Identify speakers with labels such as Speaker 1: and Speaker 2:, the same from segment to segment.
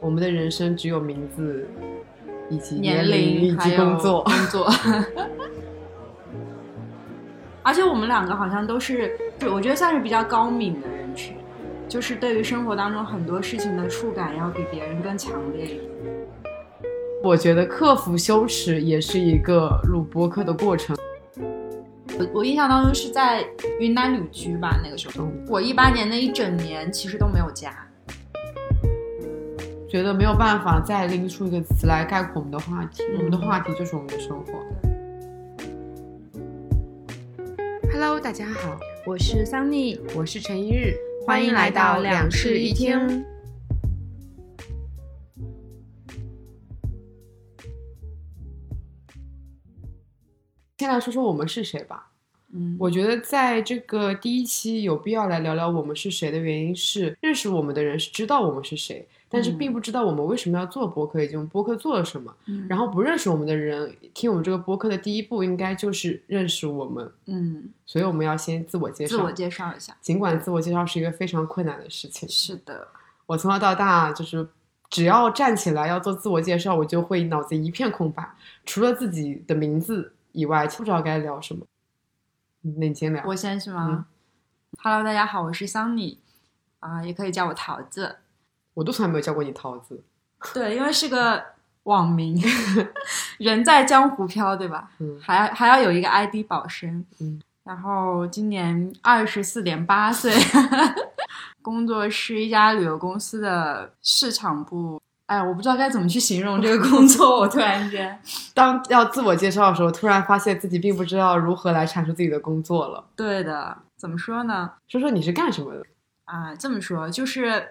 Speaker 1: 我们的人生只有名字，以及
Speaker 2: 年
Speaker 1: 龄，以
Speaker 2: 龄还
Speaker 1: 及
Speaker 2: 有
Speaker 1: 工作。
Speaker 2: 工作。 而且我们两个好像都是，就我觉得算是比较高敏的人群，就是对于生活当中很多事情的触感要比别人更强烈一点。
Speaker 1: 我觉得克服羞耻也是一个录播客的过程。
Speaker 2: 我我印象当中是在云南旅居吧，那个时候我一八年的一整年其实都没有家。
Speaker 1: 觉得没有办法再拎出一个词来概括我们的话题，
Speaker 2: 嗯
Speaker 1: 我们的话题就是我们的生活。Hello，大家好，
Speaker 2: 我是桑尼，
Speaker 1: 我是陈一日，
Speaker 2: 欢迎来到两室一厅。
Speaker 1: 先来说说我们是谁吧。
Speaker 2: 嗯，
Speaker 1: 我觉得在这个第一期有必要来聊聊我们是谁的原因是，认识我们的人是知道我们是谁，但是
Speaker 2: 嗯
Speaker 1: 并不知道我们为什么要做播客，以及我们播客做了什么。
Speaker 2: 嗯
Speaker 1: 然后不认识我们的人听我们这个播客的第一步，应该就是认识我们，
Speaker 2: 嗯，
Speaker 1: 所以我们要先自我介绍。
Speaker 2: 自我介绍一下。
Speaker 1: 尽管自我介绍是一个非常困难的事情，
Speaker 2: 是的，
Speaker 1: 我从小到大就是只要站起来要做自我介绍，我就会脑子一片空白，除了自己的名字以外，不知道该聊什么。嗯那你先聊。
Speaker 2: 我先是吗、h e l l o 大家好，我是桑尼，啊、也可以叫我桃子。
Speaker 1: 我都从来没有叫过你桃子。
Speaker 2: 对，因为是个网 名，人在江湖飘，对吧？
Speaker 1: 嗯
Speaker 2: 还还要有一个 ID 保身。
Speaker 1: 嗯，
Speaker 2: 然后今年二十四点八岁， 工作是一家旅游公司的市场部。哎，我不知道该怎么去形容这个工作，我突然 间，
Speaker 1: 当要自我介绍的时候，突然发现自己并不知道如何来阐述自己的工作了。
Speaker 2: 对的，怎么说呢？
Speaker 1: 说说你是干什么的？
Speaker 2: 啊，这么说就是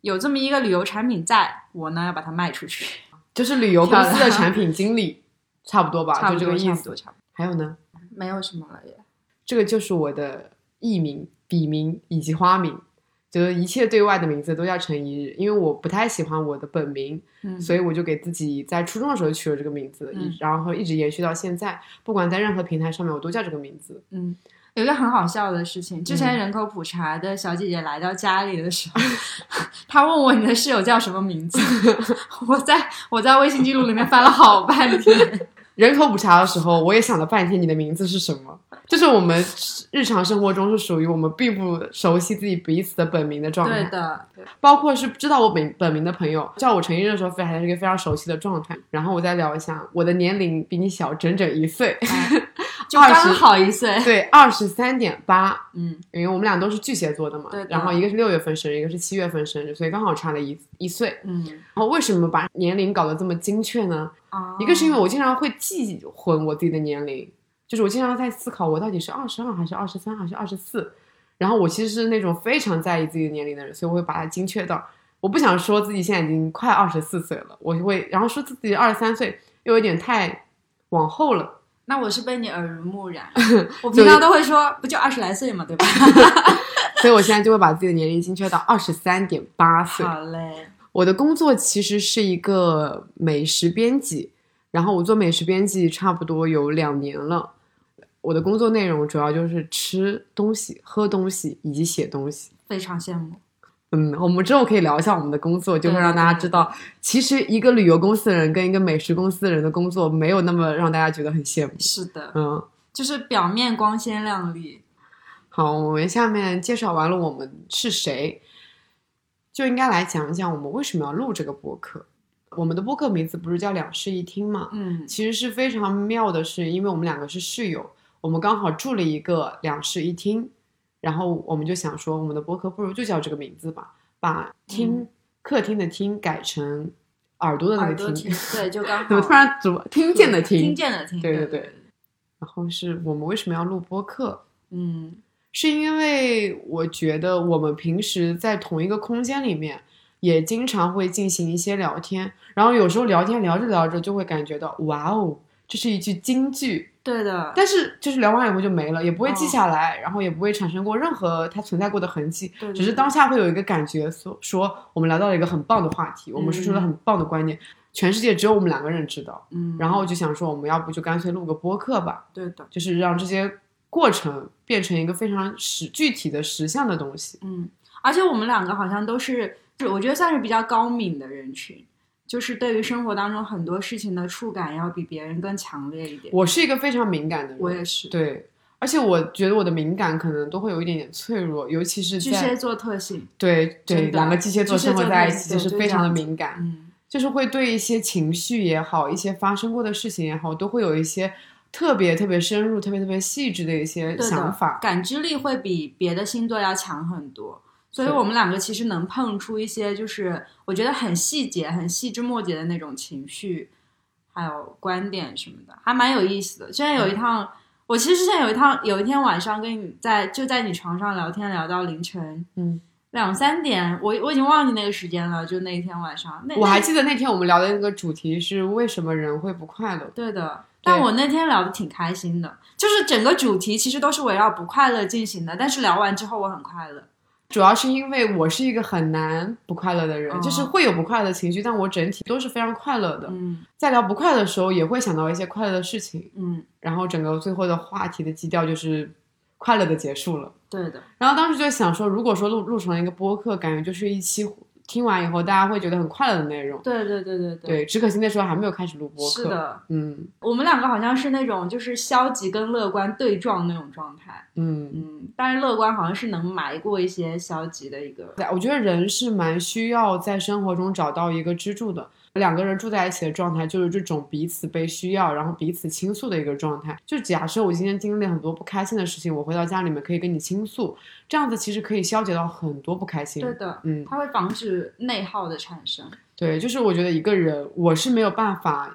Speaker 2: 有这么一个旅游产品在，我呢要把它卖出去，
Speaker 1: 就是旅游公司
Speaker 2: 漂
Speaker 1: 的
Speaker 2: 亮
Speaker 1: 产品经理，差不多吧，
Speaker 2: 差不
Speaker 1: 啊就这
Speaker 2: 多，
Speaker 1: 个
Speaker 2: 差
Speaker 1: 意
Speaker 2: 不多，
Speaker 1: 思。
Speaker 2: 差不多，
Speaker 1: 还有呢，
Speaker 2: 没有什么了也。
Speaker 1: 这个就是我的艺名、笔名以及花名，就是一切对外的名字都叫陈一日，因为我不太喜欢我的本名，
Speaker 2: 嗯，
Speaker 1: 所以我就给自己在初中的时候取了这个名字，
Speaker 2: 嗯
Speaker 1: 然后一直延续到现在，不管在任何平台上面，我都叫这个名字。
Speaker 2: 嗯，有一个很好笑的事情，之
Speaker 1: 嗯
Speaker 2: 前人口普查的小姐姐来到家里的时候， 她问我你的室友叫什么名字， 我在我在微信记录里面翻了好半 天，
Speaker 1: 人口普查的时候，我也想了半天，你的名字是什么？就是我们日常生活中是属于我们并不熟悉自己彼此的本名的状态。
Speaker 2: 对的， 对
Speaker 1: 包括是知道我本本名的朋友，叫我陈一日的时候，非还是一个非常熟悉的状态。然后我再聊一下，我的年龄比你小整整一 岁，
Speaker 2: 哎就刚好一岁，
Speaker 1: 对，二十三点八，
Speaker 2: 嗯，
Speaker 1: 因为我们俩都是巨蟹座的嘛，
Speaker 2: 对的
Speaker 1: 然后一个是六月份生日，一个是七月份生日，所以刚好差了一一岁。
Speaker 2: 嗯
Speaker 1: 然后为什么把年龄搞得这么精确呢？
Speaker 2: 啊，
Speaker 1: 一个是因为我经常会记混我自己的年龄，就是我经常在思考我到底是二十二还是二十三还是二十四。然后我其实是那种非常在意自己的年龄的人，所以我会把它精确到，我不想说自己现在已经快二十四岁了，我会然后说自己二十三岁又有点太往后了。
Speaker 2: 那我是被你耳濡目 染，我平常都会说不就二十来岁嘛，对吧？
Speaker 1: 所以我现在就会把自己的年龄精确到二十三点八岁。
Speaker 2: 好嘞，
Speaker 1: 我的工作其实是一个美食编辑，然后我做美食编辑差不多有两年了。我的工作内容主要就是吃东西、喝东西以及写东西。
Speaker 2: 非常羡慕，
Speaker 1: 嗯，我们之后可以聊一下我们的工作，就会
Speaker 2: 对
Speaker 1: 让大家
Speaker 2: 对
Speaker 1: 知道，其实一个旅游公司的人跟一个美食公司的人的工作没有那么让大家觉得很羡慕。
Speaker 2: 是的，
Speaker 1: 嗯，
Speaker 2: 就是表面光鲜亮丽，
Speaker 1: 好，我们下面介绍完了我们是谁，就应该来讲一讲我们为什么要录这个播客。我们的播客名字不是叫两室一厅吗？
Speaker 2: 嗯
Speaker 1: 其实是非常妙的是，因为我们两个是室友，我们刚好住了一个两室一厅，然后我们就想说，我们的播客不如就叫这个名字吧，把厅、
Speaker 2: 嗯
Speaker 1: 客厅的厅改成耳朵的那
Speaker 2: 耳
Speaker 1: 个
Speaker 2: 朵听，对，就刚好，
Speaker 1: 怎么突然怎么听见的听？
Speaker 2: 听见的听，
Speaker 1: 对对
Speaker 2: 对
Speaker 1: 对然后是我们为什么要录播客？
Speaker 2: 嗯
Speaker 1: 是因为我觉得我们平时在同一个空间里面，也经常会进行一些聊天，然后有时候聊天聊着聊着就会感觉到，哇哦，这是一句金句，，
Speaker 2: 对的，
Speaker 1: 但是就是聊完以后就没了，也不会记
Speaker 2: 哦
Speaker 1: 下来，然后也不会产生过任何它存在过的痕迹，
Speaker 2: 对对
Speaker 1: 只是当下会有一个感觉说，说我们聊到了一个很棒的话题，我们说出了很棒的观点，全世界只有我们两个人知道，
Speaker 2: 嗯，
Speaker 1: 然后我就想说，我们要不就干脆录个播客吧，
Speaker 2: 对的，
Speaker 1: 就是让这些过程变成一个非常实具体的实像的东西。
Speaker 2: 嗯，而且我们两个好像都是是我觉得算是比较高敏的人群，就是对于生活当中很多事情的触感要比别人更强烈一点。
Speaker 1: 我是一个非常敏感的人，
Speaker 2: 我也是，
Speaker 1: 对，而且我觉得我的敏感可能都会有一点点脆弱，尤其是
Speaker 2: 巨
Speaker 1: 在
Speaker 2: 蟹座特性，
Speaker 1: 对对
Speaker 2: 真的
Speaker 1: 两个巨蟹座
Speaker 2: 巨蟹
Speaker 1: 生活
Speaker 2: 座
Speaker 1: 在
Speaker 2: 的
Speaker 1: 一起，
Speaker 2: 对
Speaker 1: 就是
Speaker 2: 就
Speaker 1: 非
Speaker 2: 这
Speaker 1: 常的
Speaker 2: 样子
Speaker 1: 敏感，
Speaker 2: 嗯，
Speaker 1: 就是会对一些情绪也好，一些发生过的事情也好，都会有一些特别特别深入、特别特别细致的一些
Speaker 2: 对
Speaker 1: 想
Speaker 2: 的
Speaker 1: 法，。
Speaker 2: 感知力会比别的星座要强很多。所以
Speaker 1: 对
Speaker 2: 我们两个其实能碰出一些，就是我觉得很细节、很细枝末节的那种情绪，还有观点什么的，还蛮有意思的。之前
Speaker 1: 嗯
Speaker 2: 有一趟，我其实之前有一趟，有一天晚上跟你在就在你床上聊天，聊到凌晨
Speaker 1: 嗯，
Speaker 2: 两三点，我我已经忘记那个时间了，就那一天晚上，那
Speaker 1: 我还
Speaker 2: 那
Speaker 1: 记得那天我们聊的那个主题是为什么人会不快乐。
Speaker 2: 对的，但我那天聊的挺开心的，就是整个主题其实都是围绕不快乐进行的，但是聊完之后我很快乐。
Speaker 1: 主要是因为我是一个很难不快乐的人，
Speaker 2: 哦
Speaker 1: 就是会有不快乐的情绪，但我整体都是非常快乐的。
Speaker 2: 嗯
Speaker 1: 在聊不快乐的时候，也会想到一些快乐的事情，
Speaker 2: 嗯，
Speaker 1: 然后整个最后的话题的基调就是快乐的结束了。
Speaker 2: 对的，
Speaker 1: 然后当时就想说，如果说录录成了一个播客，感觉就是一期听完以后大家会觉得很快乐的内容。
Speaker 2: 对对对对对，
Speaker 1: 对，只可惜那时候还没有开始录播客。
Speaker 2: 是，的，
Speaker 1: 嗯
Speaker 2: 我们两个好像是那种就是消极跟乐观对撞那种状态。
Speaker 1: 嗯。
Speaker 2: 嗯，但是乐观好像是能埋过一些消极的一个。
Speaker 1: 对，我觉得人是蛮需要在生活中找到一个支柱的。两个人住在一起的状态就是这种彼此被需要，然后彼此倾诉的一个状态。就假设我今天经历了很多不开心的事情，我回到家里面可以跟你倾诉，这样子其实可以消解到很多不开心。
Speaker 2: 对的，
Speaker 1: 嗯，
Speaker 2: 它会防止内耗的产生。
Speaker 1: 对，就是我觉得一个人我是没有办法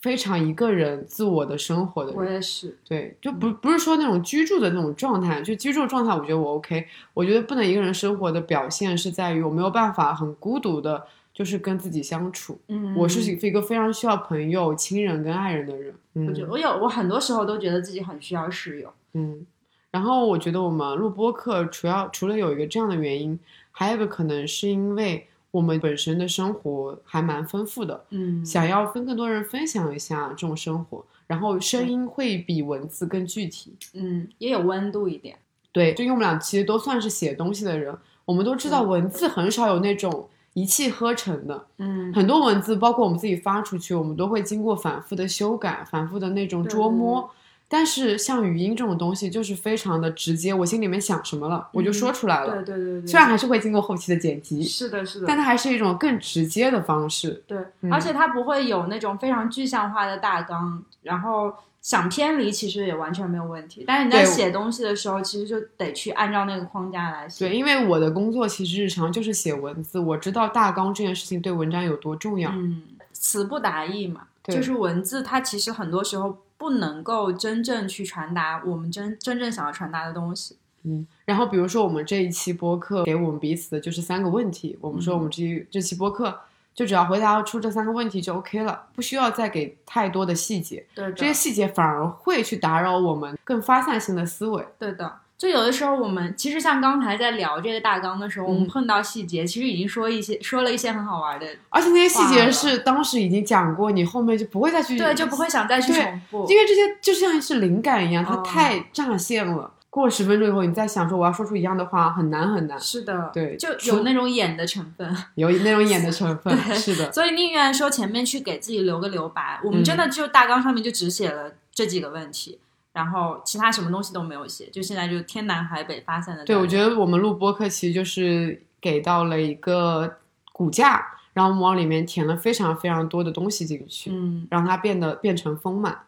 Speaker 1: 非常一个人自我的生活的
Speaker 2: 我
Speaker 1: 人，
Speaker 2: 也是，
Speaker 1: 对，就不不是说那种居住的那种状态，就居住状态，我觉得我 OK，我觉得不能一个人生活的表现是在于我没有办法很孤独的，就是跟自己相处。
Speaker 2: 嗯，
Speaker 1: 我是一个非常需要朋友、亲人跟爱人的人，
Speaker 2: 我觉得
Speaker 1: 嗯
Speaker 2: 我有，我很多时候都觉得自己很需要室友。
Speaker 1: 嗯。然后我觉得我们录播课，主要除了有一个这样的原因，还有一个可能是因为我们本身的生活还蛮丰富的，
Speaker 2: 嗯，
Speaker 1: 想要跟更多人分享一下这种生活，然后声音会比文字更具体。
Speaker 2: 嗯，也有温度一点。
Speaker 1: 对，就因为我们俩其实都算是写东西的人，我们都知道
Speaker 2: 嗯
Speaker 1: 文字很少有那种一气呵成的，
Speaker 2: 嗯，
Speaker 1: 很多文字包括我们自己发出去，我们都会经过反复的修改、反复的那种
Speaker 2: 对
Speaker 1: 捉摸。但是像语音这种东西，就是非常的直接，我心里面想什么了，我就说出来了。
Speaker 2: 嗯对对对对，
Speaker 1: 虽然还是会经过后期的剪辑，
Speaker 2: 是的，是的，
Speaker 1: 但它还是一种更直接的方式。
Speaker 2: 对，
Speaker 1: 嗯
Speaker 2: 而且它不会有那种非常具象化的大纲，然后想偏离其实也完全没有问题。但是你在
Speaker 1: 对
Speaker 2: 写东西的时候，其实就得去按照那个框架来写。
Speaker 1: 对，因为我的工作其实日常就是写文字，我知道大纲这件事情对文章有多重要。
Speaker 2: 嗯，词不达意嘛，
Speaker 1: 对
Speaker 2: 就是文字它其实很多时候不能够真正去传达我们真真正想要传达的东西。
Speaker 1: 嗯，然后比如说我们这一期播客给我们彼此的就是三个问题，我们说我
Speaker 2: 嗯
Speaker 1: 们这一、这期播客就只要回答出这三个问题就 OK 了，不需要再给太多的细节，
Speaker 2: 对的，
Speaker 1: 这些细节反而会去打扰我们更发散性的思维。
Speaker 2: 对的，就有的时候我们其实像刚才在聊这个大纲的时候，我
Speaker 1: 嗯
Speaker 2: 们碰到细节，其实已经说一些说了一些很好玩的，
Speaker 1: 而且那些细
Speaker 2: 哇
Speaker 1: 节
Speaker 2: 了
Speaker 1: 是当时已经讲过，你后面就不会再去
Speaker 2: 对，就不会想再去
Speaker 1: 对
Speaker 2: 重复。
Speaker 1: 因为这些就像是灵感一样，它
Speaker 2: 哦
Speaker 1: 太乍现了。过十分钟以后，你再想说我要说出一样的话，很难很难，
Speaker 2: 是的，
Speaker 1: 对
Speaker 2: 就
Speaker 1: 除
Speaker 2: 有那种演的成分，
Speaker 1: 有那种演的成 分。
Speaker 2: 对
Speaker 1: 是的，
Speaker 2: 所以宁愿说前面去给自己留个留白。我
Speaker 1: 嗯
Speaker 2: 们真的就大纲上面就只写了这几个问题，然后其他什么东西都没有写，就现在就天南海北发散的。
Speaker 1: 对我觉得我们录播客其实就是给到了一个骨架，然后我们往里面填了非常非常多的东西进去，
Speaker 2: 嗯，
Speaker 1: 让它变得变成丰满。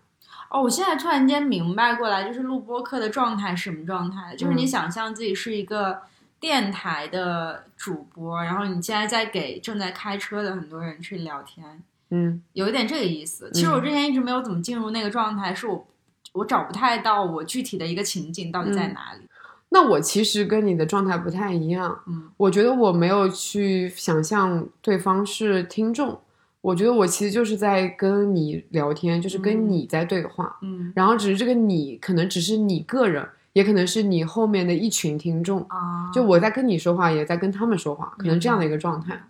Speaker 2: 哦，我现在突然间明白过来，就是录播课的状态是什么状态，就是
Speaker 1: 嗯
Speaker 2: 你想象自己是一个。电台的主播，然后你现在在给正在开车的很多人去聊天，
Speaker 1: 嗯，
Speaker 2: 有一点这个意思。其实我之前一直没有怎么进入那个状态，是我我找不太到我具体的一个情景到底在
Speaker 1: 嗯
Speaker 2: 哪里。
Speaker 1: 那我其实跟你的状态不太一样，
Speaker 2: 嗯
Speaker 1: 我觉得我没有去想象对方是听众，我觉得我其实就是在跟你聊天，就是跟
Speaker 2: 嗯
Speaker 1: 你在对话，
Speaker 2: 嗯
Speaker 1: 然后只是这个你可能只是你个人，也可能是你后面的一群听众。
Speaker 2: 啊，
Speaker 1: 就我在跟你说话，也在跟他们说话，可能这样的一个状态。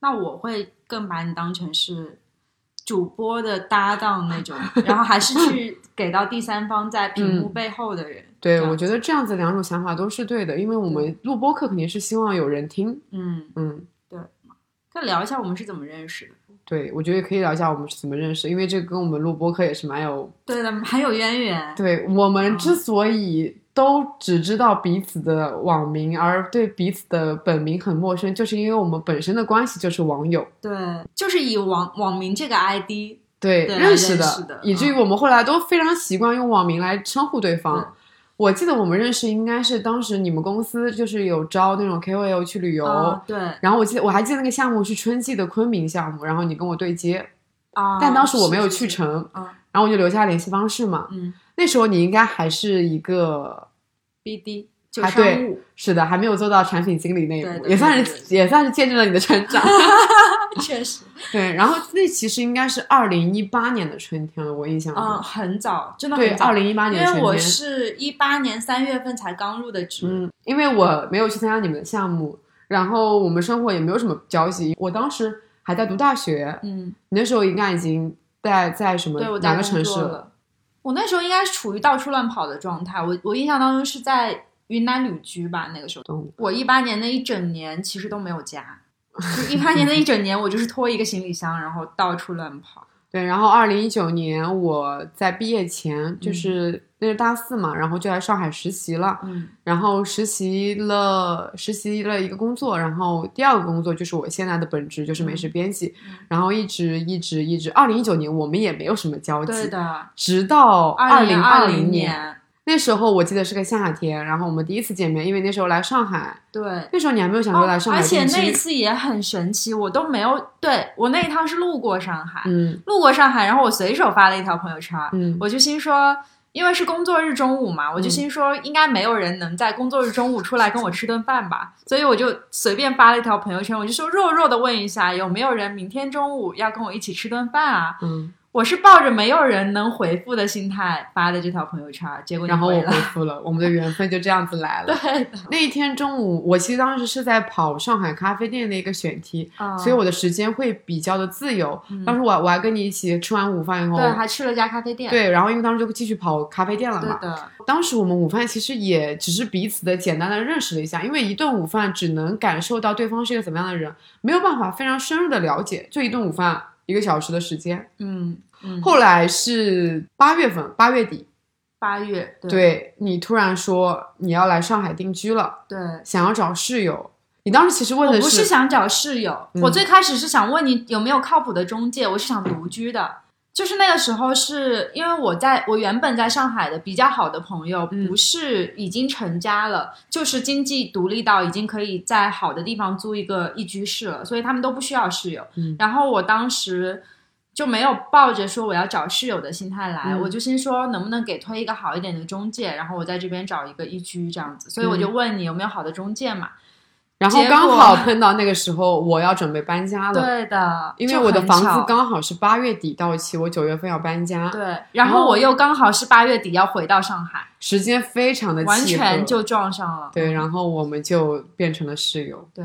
Speaker 2: 那我会更把你当成是主播的搭档那 种，然后还是去给到第三方在屏
Speaker 1: 嗯
Speaker 2: 幕背后的人。
Speaker 1: 对，
Speaker 2: 这样
Speaker 1: 我觉得这样子两种想法都是对的，因为我们录播课肯定是希望有人听。
Speaker 2: 嗯，
Speaker 1: 嗯，
Speaker 2: 再聊一下我们是怎么认识的。
Speaker 1: 对，我觉得也可以聊一下我们是怎么认识，因为这跟我们录播课也是蛮有。
Speaker 2: 对的，很有渊源。
Speaker 1: 对我们之所以都只知道彼此的网名，而对彼此的本名很陌生，就是因为我们本身的关系就是网友。
Speaker 2: 对，就是以网网名这个 ID
Speaker 1: 对，
Speaker 2: 对
Speaker 1: 认识
Speaker 2: 认
Speaker 1: 的，
Speaker 2: 识的嗯
Speaker 1: 以至于我们后来都非常习惯用网名来称呼对方。
Speaker 2: 对
Speaker 1: 我记得我们认识应该是当时你们公司就是有招那种 KOL 去旅游，
Speaker 2: 啊对
Speaker 1: 然后我记得我还记得那个项目是春季的昆明项目，然后你跟我对接，
Speaker 2: 啊，
Speaker 1: 但当时我没有
Speaker 2: 是是
Speaker 1: 去
Speaker 2: 是
Speaker 1: 成，
Speaker 2: 啊，
Speaker 1: 然后我就留下联系方式嘛。
Speaker 2: 嗯
Speaker 1: 那时候你应该还是一个
Speaker 2: ，BD 就
Speaker 1: 啊
Speaker 2: 商务，
Speaker 1: 是的，还没有做到产品经理那一步，
Speaker 2: 对对
Speaker 1: 也算
Speaker 2: 对
Speaker 1: 是
Speaker 2: 对
Speaker 1: 也算是见证了你的成 长。
Speaker 2: 确实，
Speaker 1: 对，然后那其实应该是二零一八年的春天了，我印象中。
Speaker 2: 嗯，很早，真的
Speaker 1: 对，
Speaker 2: 很早
Speaker 1: 二。零一八
Speaker 2: 因
Speaker 1: 年的春
Speaker 2: 为
Speaker 1: 天。
Speaker 2: 我是一八年三月份才刚入的职，
Speaker 1: 嗯，因为我没有去参加你们的项目，然后我们生活也没有什么交集。我当时还在读大学，
Speaker 2: 嗯，
Speaker 1: 你那时候应该已经在在什么
Speaker 2: 对我
Speaker 1: 嗯
Speaker 2: 在
Speaker 1: 哪个
Speaker 2: 工
Speaker 1: 城市
Speaker 2: 作？了。我那时候应该是处于到处乱跑的状态，我我印象当中是在云南旅居吧，那个时候。
Speaker 1: 懂
Speaker 2: 我一八年那一整年其实都没有家，就一八年那一整年，我就是拖一个行李箱，然后到处乱跑。
Speaker 1: 对，然后二零一九年我在毕业前，就是那是大四嘛，然后就来上海实习了，
Speaker 2: 嗯
Speaker 1: 然后实习了实习了一个工作，然后第二个工作就是我现在的本职，就是美食编辑，
Speaker 2: 嗯
Speaker 1: 然后一直一直一直，二零一九年 我们也没有什么交集，
Speaker 2: 对的，
Speaker 1: 直到二零
Speaker 2: 零
Speaker 1: 二
Speaker 2: 零
Speaker 1: 零年。那时候我记得是个夏天，然后我们第一次见面，因为那时候来上海，
Speaker 2: 对。
Speaker 1: 那时候你还没有想说来上海
Speaker 2: 哦而且
Speaker 1: 定居、
Speaker 2: 那一次也很神奇，我都没有对我那一趟是路过上海，
Speaker 1: 嗯
Speaker 2: 路过上海，然后我随手发了一条朋友圈，
Speaker 1: 嗯，
Speaker 2: 我就心说，因为是工作日中午嘛，我就心说应该没有人能在工作日中午出来跟我吃顿饭吧，所以我就随便发了一条朋友圈，我就说弱弱的问一下有没有人明天中午要跟我一起吃顿饭啊？
Speaker 1: 嗯，
Speaker 2: 我是抱着没有人能回复的心态发的这条朋友圈，结果你
Speaker 1: 然后我
Speaker 2: 回
Speaker 1: 回
Speaker 2: 了，
Speaker 1: 复了，我们的缘分就这样子 来了。
Speaker 2: 对的，
Speaker 1: 那一天中午，我其实当时是在跑上海咖啡店的一个选题，
Speaker 2: 嗯
Speaker 1: 哦所以我的时间会比较的自由。
Speaker 2: 嗯
Speaker 1: 当时我我还跟你一起吃完午饭以后，
Speaker 2: 对还去了家咖啡店，
Speaker 1: 对然后因为当时就继续跑咖啡店了
Speaker 2: 对
Speaker 1: 嘛。
Speaker 2: 的，
Speaker 1: 当时我们午饭其实也只是彼此的简单的认识了一下，因为一顿午饭只能感受到对方是一个怎么样的人，没有办法非常深入的了解。就一顿午饭一个小时的时间。
Speaker 2: 嗯嗯，
Speaker 1: 后来是八月份，八月底，
Speaker 2: 八月，对
Speaker 1: 对你突然说你要来上海定居了，
Speaker 2: 对。
Speaker 1: 想要找室友。你当时其实问
Speaker 2: 我
Speaker 1: 的
Speaker 2: 哦不是想找室友，
Speaker 1: 嗯
Speaker 2: 我最开始是想问你有没有靠谱的中介，我是想独居的。就是那个时候是因为我在我原本在上海的比较好的朋友，
Speaker 1: 嗯
Speaker 2: 不是已经成家了，就是经济独立到已经可以在好的地方租一个一居室了，所以他们都不需要室友。
Speaker 1: 嗯
Speaker 2: 然后我当时。就没有抱着说我要找室友的心态来，
Speaker 1: 嗯
Speaker 2: 我就先说能不能给推一个好一点的中介，然后我在这边找一个一居这样子，所以
Speaker 1: 嗯
Speaker 2: 我就问你有没有好的中介嘛？
Speaker 1: 然后
Speaker 2: 结
Speaker 1: 刚
Speaker 2: 果啊
Speaker 1: 好碰到那个时候我要准备搬家了，
Speaker 2: 对的，
Speaker 1: 因为
Speaker 2: 就
Speaker 1: 我的
Speaker 2: 很
Speaker 1: 房
Speaker 2: 巧
Speaker 1: 子刚好是八月底到期，我九月份要搬家，
Speaker 2: 对，
Speaker 1: 然
Speaker 2: 然
Speaker 1: 后
Speaker 2: 后我又刚好是八月底要回到上海，
Speaker 1: 时间非常的
Speaker 2: 完
Speaker 1: 契合
Speaker 2: 全就撞上了。
Speaker 1: 对，然后我们就变成了室友，
Speaker 2: 对，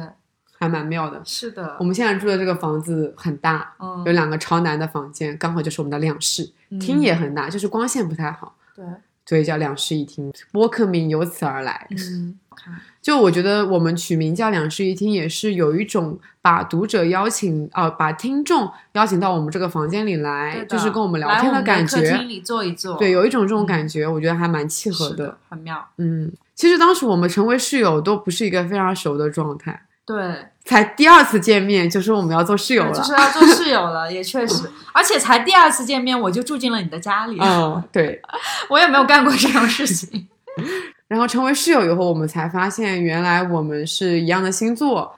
Speaker 1: 还蛮妙的。
Speaker 2: 是的
Speaker 1: 我，们现在住的这个房子很大，
Speaker 2: 嗯
Speaker 1: 有，两个朝南的房间，刚好就是我们的两室，
Speaker 2: 嗯
Speaker 1: 厅也很大，就是光线不太好，
Speaker 2: 对，
Speaker 1: 所以叫两室一厅。播客名由此而来。
Speaker 2: 嗯，好看，
Speaker 1: 就我觉得我们取名叫两室一厅，也是有一种把读者邀请，呃，把听众邀请到我们这个房间里来，
Speaker 2: 对
Speaker 1: 哎就是跟我们聊
Speaker 2: 来
Speaker 1: 天
Speaker 2: 我们
Speaker 1: 感
Speaker 2: 客厅
Speaker 1: 觉。
Speaker 2: 里坐一坐，
Speaker 1: 对，有一种这种
Speaker 2: 嗯
Speaker 1: 感觉，我觉得还蛮契合
Speaker 2: 是
Speaker 1: 的。
Speaker 2: 的，很妙。
Speaker 1: 嗯，其实当时我们成为室友都不是一个非常熟的状态。
Speaker 2: 对，
Speaker 1: 才第二次见面就说我们要做室友了，
Speaker 2: 就是要做室友了，也确 实，而且才第二次见面，我就住进了你的家里，
Speaker 1: 嗯，对。
Speaker 2: 我也没有干过这种事情。
Speaker 1: 然后成为室友以后，我们才发现原来我们是一样的星座，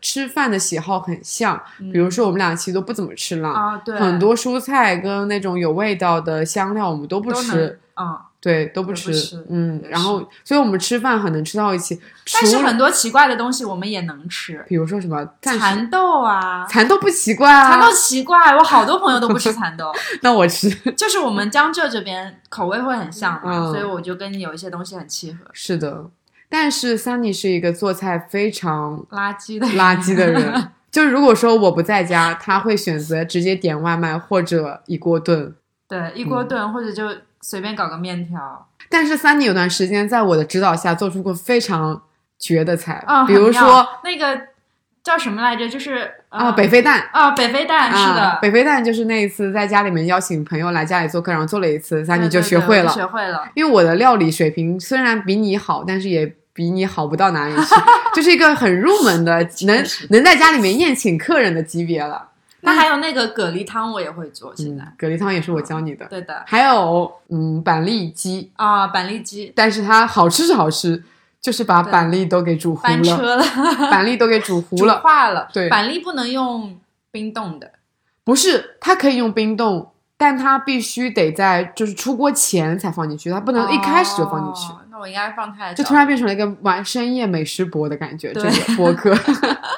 Speaker 1: 吃饭的喜好很像。 比如说我们俩其实都不怎么吃辣，
Speaker 2: 啊，对，
Speaker 1: 很多蔬菜跟那种有味道的香料我们都不
Speaker 2: 都
Speaker 1: 吃
Speaker 2: 能，，嗯，
Speaker 1: 对，都不
Speaker 2: 不
Speaker 1: 吃。
Speaker 2: 吃
Speaker 1: 嗯，
Speaker 2: 也
Speaker 1: 然后所以我们吃饭很能吃到一起，
Speaker 2: 但是
Speaker 1: 除了
Speaker 2: 很多奇怪的东西我们也能吃，
Speaker 1: 比如说什么暂时
Speaker 2: 蚕豆啊。
Speaker 1: 蚕豆不奇怪啊，
Speaker 2: 蚕豆奇怪，我好多朋友都不吃蚕豆，
Speaker 1: 那我吃。
Speaker 2: 就是我们江浙这边口味会很像嘛，
Speaker 1: 嗯
Speaker 2: 所以我就跟你有一些东西很契合。
Speaker 1: 是的，但是 Sunny 是一个做菜非常
Speaker 2: 垃圾的
Speaker 1: 垃圾的人，就是如果说我不在家，他会选择直接点外卖或者一锅炖。
Speaker 2: 对，一
Speaker 1: 嗯
Speaker 2: 锅炖、或者就随便搞个面条。
Speaker 1: 但是三妮有段时间在我的指导下做出过非常绝的菜，
Speaker 2: 啊，
Speaker 1: 比如
Speaker 2: 很妙
Speaker 1: 说
Speaker 2: 那个叫什么来着，就是
Speaker 1: 啊、
Speaker 2: 呃
Speaker 1: 北非蛋。
Speaker 2: 啊北非蛋是
Speaker 1: 啊
Speaker 2: 的，
Speaker 1: 北非蛋就是那一次在家里面邀请朋友来家里做客，然后做了一次，
Speaker 2: 那
Speaker 1: 三妮就学会了。
Speaker 2: 学会了。
Speaker 1: 因为我的料理水平虽然比你好，但是也比你好不到哪里 去，就是一个很入门的，能能在家里面宴请客人的级别了。
Speaker 2: 那还有那个蛤蜊汤我也会做，现
Speaker 1: 嗯
Speaker 2: 在，
Speaker 1: 蛤蜊汤也是我教你的，
Speaker 2: 对的
Speaker 1: 还有嗯板栗鸡，
Speaker 2: 啊板栗鸡
Speaker 1: 但是它好吃是好吃，就是把
Speaker 2: 对
Speaker 1: 板栗都给煮糊
Speaker 2: 翻
Speaker 1: 了，
Speaker 2: 车了，
Speaker 1: 板栗都给煮糊
Speaker 2: 煮
Speaker 1: 了。
Speaker 2: 化了。
Speaker 1: 对
Speaker 2: 板栗不能用冰冻的，
Speaker 1: 不是，它可以用冰冻，但它必须得在就是出锅前才放进去，它不
Speaker 2: 不
Speaker 1: 能一开始就放进去。。
Speaker 2: 哦那我应该放太
Speaker 1: 就
Speaker 2: 早，
Speaker 1: 突然变成了一个晚深夜美食博的感觉，这
Speaker 2: 对
Speaker 1: 个博 客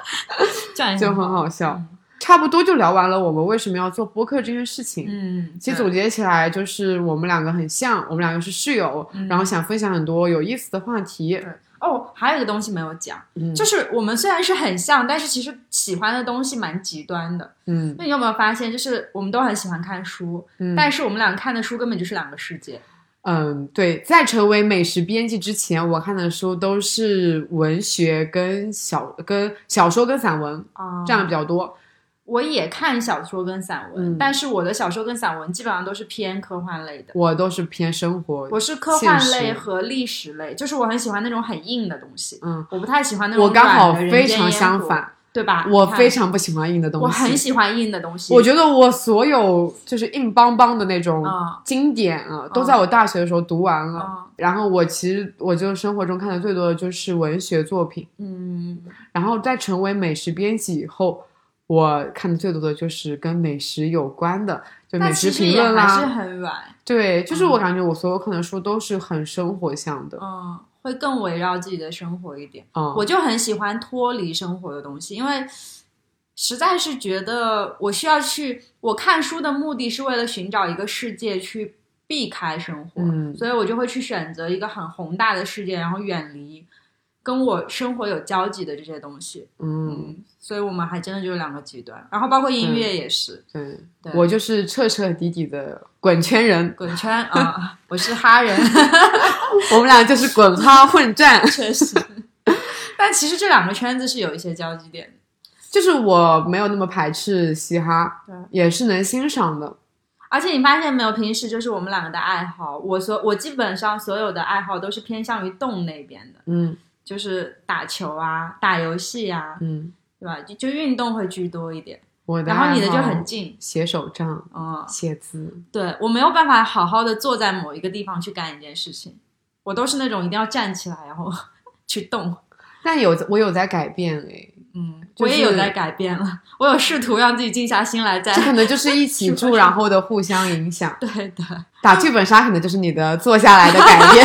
Speaker 2: 这样也
Speaker 1: 就很好笑。
Speaker 2: 嗯
Speaker 1: 差不多就聊完了我们为什么要做播客这件事情。
Speaker 2: 嗯，
Speaker 1: 其实
Speaker 2: 对
Speaker 1: 总结起来就是我们两个很像，我们两个是室友，
Speaker 2: 嗯
Speaker 1: 然后想分享很多有意思的话题。
Speaker 2: 对哦，还有一个东西没有讲，
Speaker 1: 嗯，
Speaker 2: 就是我们虽然是很像，但是其实喜欢的东西蛮极端的。
Speaker 1: 嗯
Speaker 2: 那你有没有发现，就是我们都很喜欢看书，
Speaker 1: 嗯，
Speaker 2: 但是我们俩看的书根本就是两个世界。
Speaker 1: 嗯，对，在成为美食编辑之前，我看的书都是文学跟小跟小说跟散文
Speaker 2: 啊
Speaker 1: 占的比较多。
Speaker 2: 我也看小说跟散文，
Speaker 1: 嗯
Speaker 2: 但是我的小说跟散文基本上都是偏科幻类的。
Speaker 1: 我都是偏生活，
Speaker 2: 我是科幻类
Speaker 1: 现实
Speaker 2: 和历史类，就是我很喜欢那种很硬的东西，
Speaker 1: 嗯，
Speaker 2: 我不太喜欢那种
Speaker 1: 我刚好
Speaker 2: 软的
Speaker 1: 非常，
Speaker 2: 人间烟
Speaker 1: 相
Speaker 2: 火
Speaker 1: 反，
Speaker 2: 对吧？
Speaker 1: 我
Speaker 2: 你看
Speaker 1: 非常不喜欢硬的东西。
Speaker 2: 我很喜欢硬的东西，
Speaker 1: 我觉得我所有就是硬邦邦的那种
Speaker 2: 嗯
Speaker 1: 经典啊，都在我大学的时候读完了。
Speaker 2: 嗯
Speaker 1: 然后我其实我就生活中看的最多的就是文学作品。
Speaker 2: 嗯
Speaker 1: 然后在成为美食编辑以后，我看的最多的就是跟美食有关的，就美
Speaker 2: 但
Speaker 1: 食
Speaker 2: 其实
Speaker 1: 评
Speaker 2: 也
Speaker 1: 论
Speaker 2: 啊还是
Speaker 1: 啦。
Speaker 2: 很软，
Speaker 1: 对，就是我
Speaker 2: 嗯
Speaker 1: 感觉我所有看的书都是很生活向的。
Speaker 2: 嗯，会更围绕自己的生活一点。
Speaker 1: 嗯，
Speaker 2: 我就很喜欢脱离生活的东西，因为实在是觉得我需要去，我看书的目的是为了寻找一个世界去避开生活，
Speaker 1: 嗯
Speaker 2: 所以我就会去选择一个很宏大的世界，然后远离跟我生活有交集的这些东西。
Speaker 1: 嗯，，
Speaker 2: 所以我们还真的就是两个极端，然后包括音乐也是，
Speaker 1: 对，
Speaker 2: 对
Speaker 1: 我就是彻彻底底的滚圈人，
Speaker 2: 滚圈 啊、我是哈人。
Speaker 1: 我们俩就是 滚哈混战。
Speaker 2: 确实。 但其实这两个圈子是有一些交集点的。
Speaker 1: 就是我没有那么排斥嘻哈，
Speaker 2: 对
Speaker 1: 也是能欣赏的。
Speaker 2: 而且你发现没有，平时就是我们两个的爱好，我所我基本上所有的爱好都是偏向于动那边的，
Speaker 1: 嗯
Speaker 2: 就是打球啊、打游戏啊，
Speaker 1: 嗯，
Speaker 2: 对吧？就就运动会居多一点，
Speaker 1: 我的
Speaker 2: 然后你的就
Speaker 1: 爱好
Speaker 2: 很近，
Speaker 1: 写手账、
Speaker 2: 嗯，
Speaker 1: 写字，
Speaker 2: 对我没有办法好好的坐在某一个地方去干一件事情，我都是那种一定要站起来然后 去动，
Speaker 1: 但有我有在改变哎诶，
Speaker 2: 嗯，
Speaker 1: 就
Speaker 2: 我也有
Speaker 1: 是
Speaker 2: 在改变了，我有试图让自己静下心来 在
Speaker 1: 这可能就是一起
Speaker 2: 是吧。
Speaker 1: 住然后的互相影响
Speaker 2: 对的。
Speaker 1: 打剧本杀可能就是你的坐下来的改 变。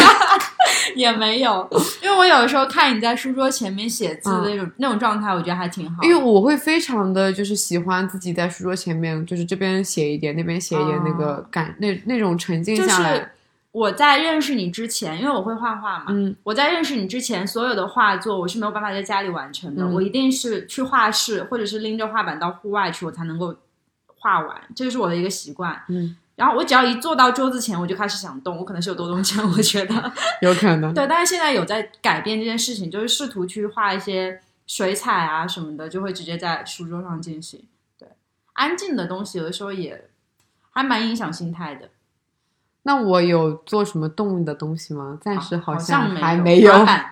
Speaker 2: 也没有，因为我有的时候看你在书桌前面写字
Speaker 1: 嗯
Speaker 2: 的那种、那种状态，我觉得还挺好的。
Speaker 1: 因为我会非常的就是喜欢自己在书桌前面，就是这边写一点，那边写一点，
Speaker 2: 哦
Speaker 1: 那个感那那种沉浸
Speaker 2: 就
Speaker 1: 下来。
Speaker 2: 是啊我在认识你之前，因为我会画画嘛，
Speaker 1: 嗯
Speaker 2: 我在认识你之前，所有的画作我是没有办法在家里完成的，
Speaker 1: 嗯
Speaker 2: 我一定是去画室或者是拎着画板到户外去，我才能够画完，这是我的一个习惯。
Speaker 1: 嗯，
Speaker 2: 然后我只要一坐到桌子前，我就开始想动，我可能是有多动症，我觉得。
Speaker 1: 有可能。
Speaker 2: 对，但是现在有在改变这件事情，就是试图去画一些水彩啊什么的，就会直接在书桌上进行。对，安静的东西有的时候也还蛮影响心态的。
Speaker 1: 那我有做什么动物的东西吗？暂时
Speaker 2: 啊好
Speaker 1: 像还
Speaker 2: 没
Speaker 1: 有。
Speaker 2: 滑板，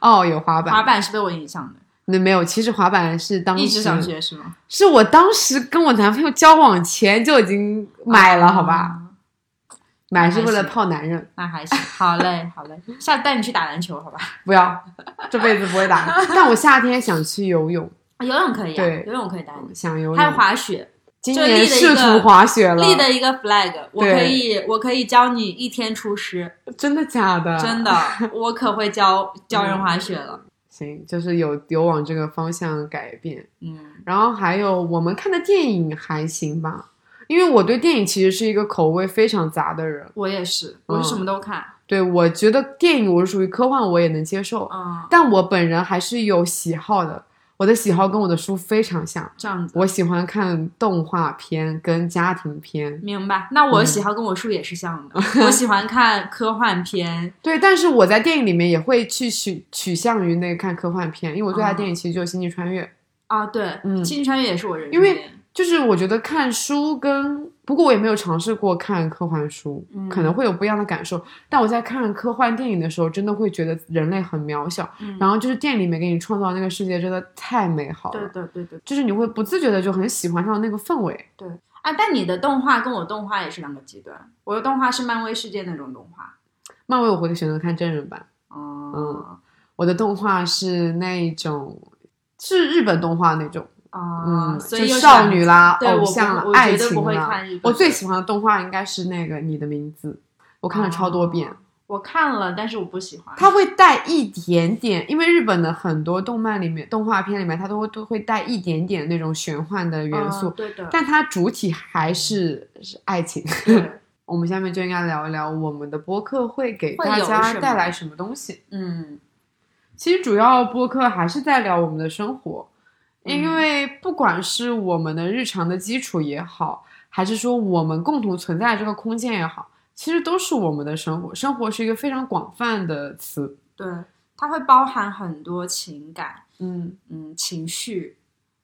Speaker 1: 哦，有滑板
Speaker 2: 滑，板是被我影响的，
Speaker 1: 那没有，其实滑板是当时
Speaker 2: 一直想学是吗？
Speaker 1: 是我当时跟我男朋友交往前就已经买了，好吧？
Speaker 2: 啊，
Speaker 1: 买是为了
Speaker 2: 还行
Speaker 1: 泡男人，
Speaker 2: 那还行。好嘞，好嘞，下次带你去打篮球，好吧？
Speaker 1: 不要，这辈子不会打。 但我夏天想去游泳，
Speaker 2: 啊游泳可以啊，
Speaker 1: 对
Speaker 2: 游泳可以带你。
Speaker 1: 想游
Speaker 2: 还有
Speaker 1: 泳。
Speaker 2: 滑雪，
Speaker 1: 今
Speaker 2: 就
Speaker 1: 年
Speaker 2: 立了一
Speaker 1: 试
Speaker 2: 个
Speaker 1: 图滑雪了，
Speaker 2: 立的一个 flag，我
Speaker 1: 对
Speaker 2: 可以，我可以教你一天出师。
Speaker 1: 真的假的？
Speaker 2: 真。的，我可会教教人滑雪了。
Speaker 1: 行，就是有有往这个方向改变。
Speaker 2: 嗯，
Speaker 1: 然后还有我们看的电影还行吧，因为我对电影其实是一个口味非常杂的人。
Speaker 2: 我也是，我是
Speaker 1: 嗯
Speaker 2: 什么都看。
Speaker 1: 对我觉得电影我是属于科幻，我也能接受。
Speaker 2: 嗯，
Speaker 1: 但我本人还是有喜好的。我的喜好跟我的书非常像，
Speaker 2: 这样子。
Speaker 1: 我喜欢看动画片跟家庭片，
Speaker 2: 明白，那
Speaker 1: 嗯
Speaker 2: 我的喜好跟我叔也是像 的。我喜欢看科幻片，
Speaker 1: 对，但是我在电影里面也会去取取向于那个看科幻片，因为我最爱的
Speaker 2: 哦
Speaker 1: 电影其实就是《星际穿越》，
Speaker 2: 啊，对，
Speaker 1: 嗯
Speaker 2: 星际穿越》也是我人生
Speaker 1: 因为
Speaker 2: 片
Speaker 1: 就是我觉得看书跟，不过我也没有尝试过看科幻书，
Speaker 2: 嗯
Speaker 1: 可能会有不一样的感受。但我在看科幻电影的时候，真的会觉得人类很渺小，
Speaker 2: 嗯
Speaker 1: 然后就是电影里面给你创造的那个世界真的太美好了，
Speaker 2: 对对对对
Speaker 1: 就是你会不自觉的就很喜欢上那个氛围。
Speaker 2: 啊，但你的动画跟我动画也是两个极端，我的动画是漫威世界那种动画，
Speaker 1: 漫威我会选择看真人版，
Speaker 2: 嗯
Speaker 1: 嗯我的动画是那种是日本动画那种，
Speaker 2: 啊，
Speaker 1: 嗯，
Speaker 2: 所
Speaker 1: 就
Speaker 2: 以又是
Speaker 1: 少
Speaker 2: 两
Speaker 1: 女啦、
Speaker 2: 对
Speaker 1: 偶
Speaker 2: 我
Speaker 1: 像
Speaker 2: 不
Speaker 1: 啦、
Speaker 2: 我
Speaker 1: 爱
Speaker 2: 绝对
Speaker 1: 情
Speaker 2: 不会
Speaker 1: 啦
Speaker 2: 看日。
Speaker 1: 我
Speaker 2: 本
Speaker 1: 最
Speaker 2: 的
Speaker 1: 喜欢的动画应该是那个《你的名字》，我看了超多遍。
Speaker 2: 啊我看了，但是我不喜欢。
Speaker 1: 它会带一点点，因为日本的很多动漫里面、动画片里面，它都会都会带一点点那种玄幻的元素，
Speaker 2: 嗯对的，
Speaker 1: 但它主体还是是爱情。
Speaker 2: 对
Speaker 1: 我们下面就应该聊一聊我们的播客会给
Speaker 2: 会
Speaker 1: 大
Speaker 2: 有
Speaker 1: 家
Speaker 2: 什么
Speaker 1: 带来什么东西。
Speaker 2: 嗯，
Speaker 1: 其实主要播客还是在聊我们的生活，
Speaker 2: 嗯
Speaker 1: 因为不管是我们的日常的基础也好，还是说我们共同存在的这个空间也好，其实都是我们的生活。生活是一个非常广泛的词，
Speaker 2: 对，它会包含很多情感，
Speaker 1: 嗯。
Speaker 2: 嗯，情绪，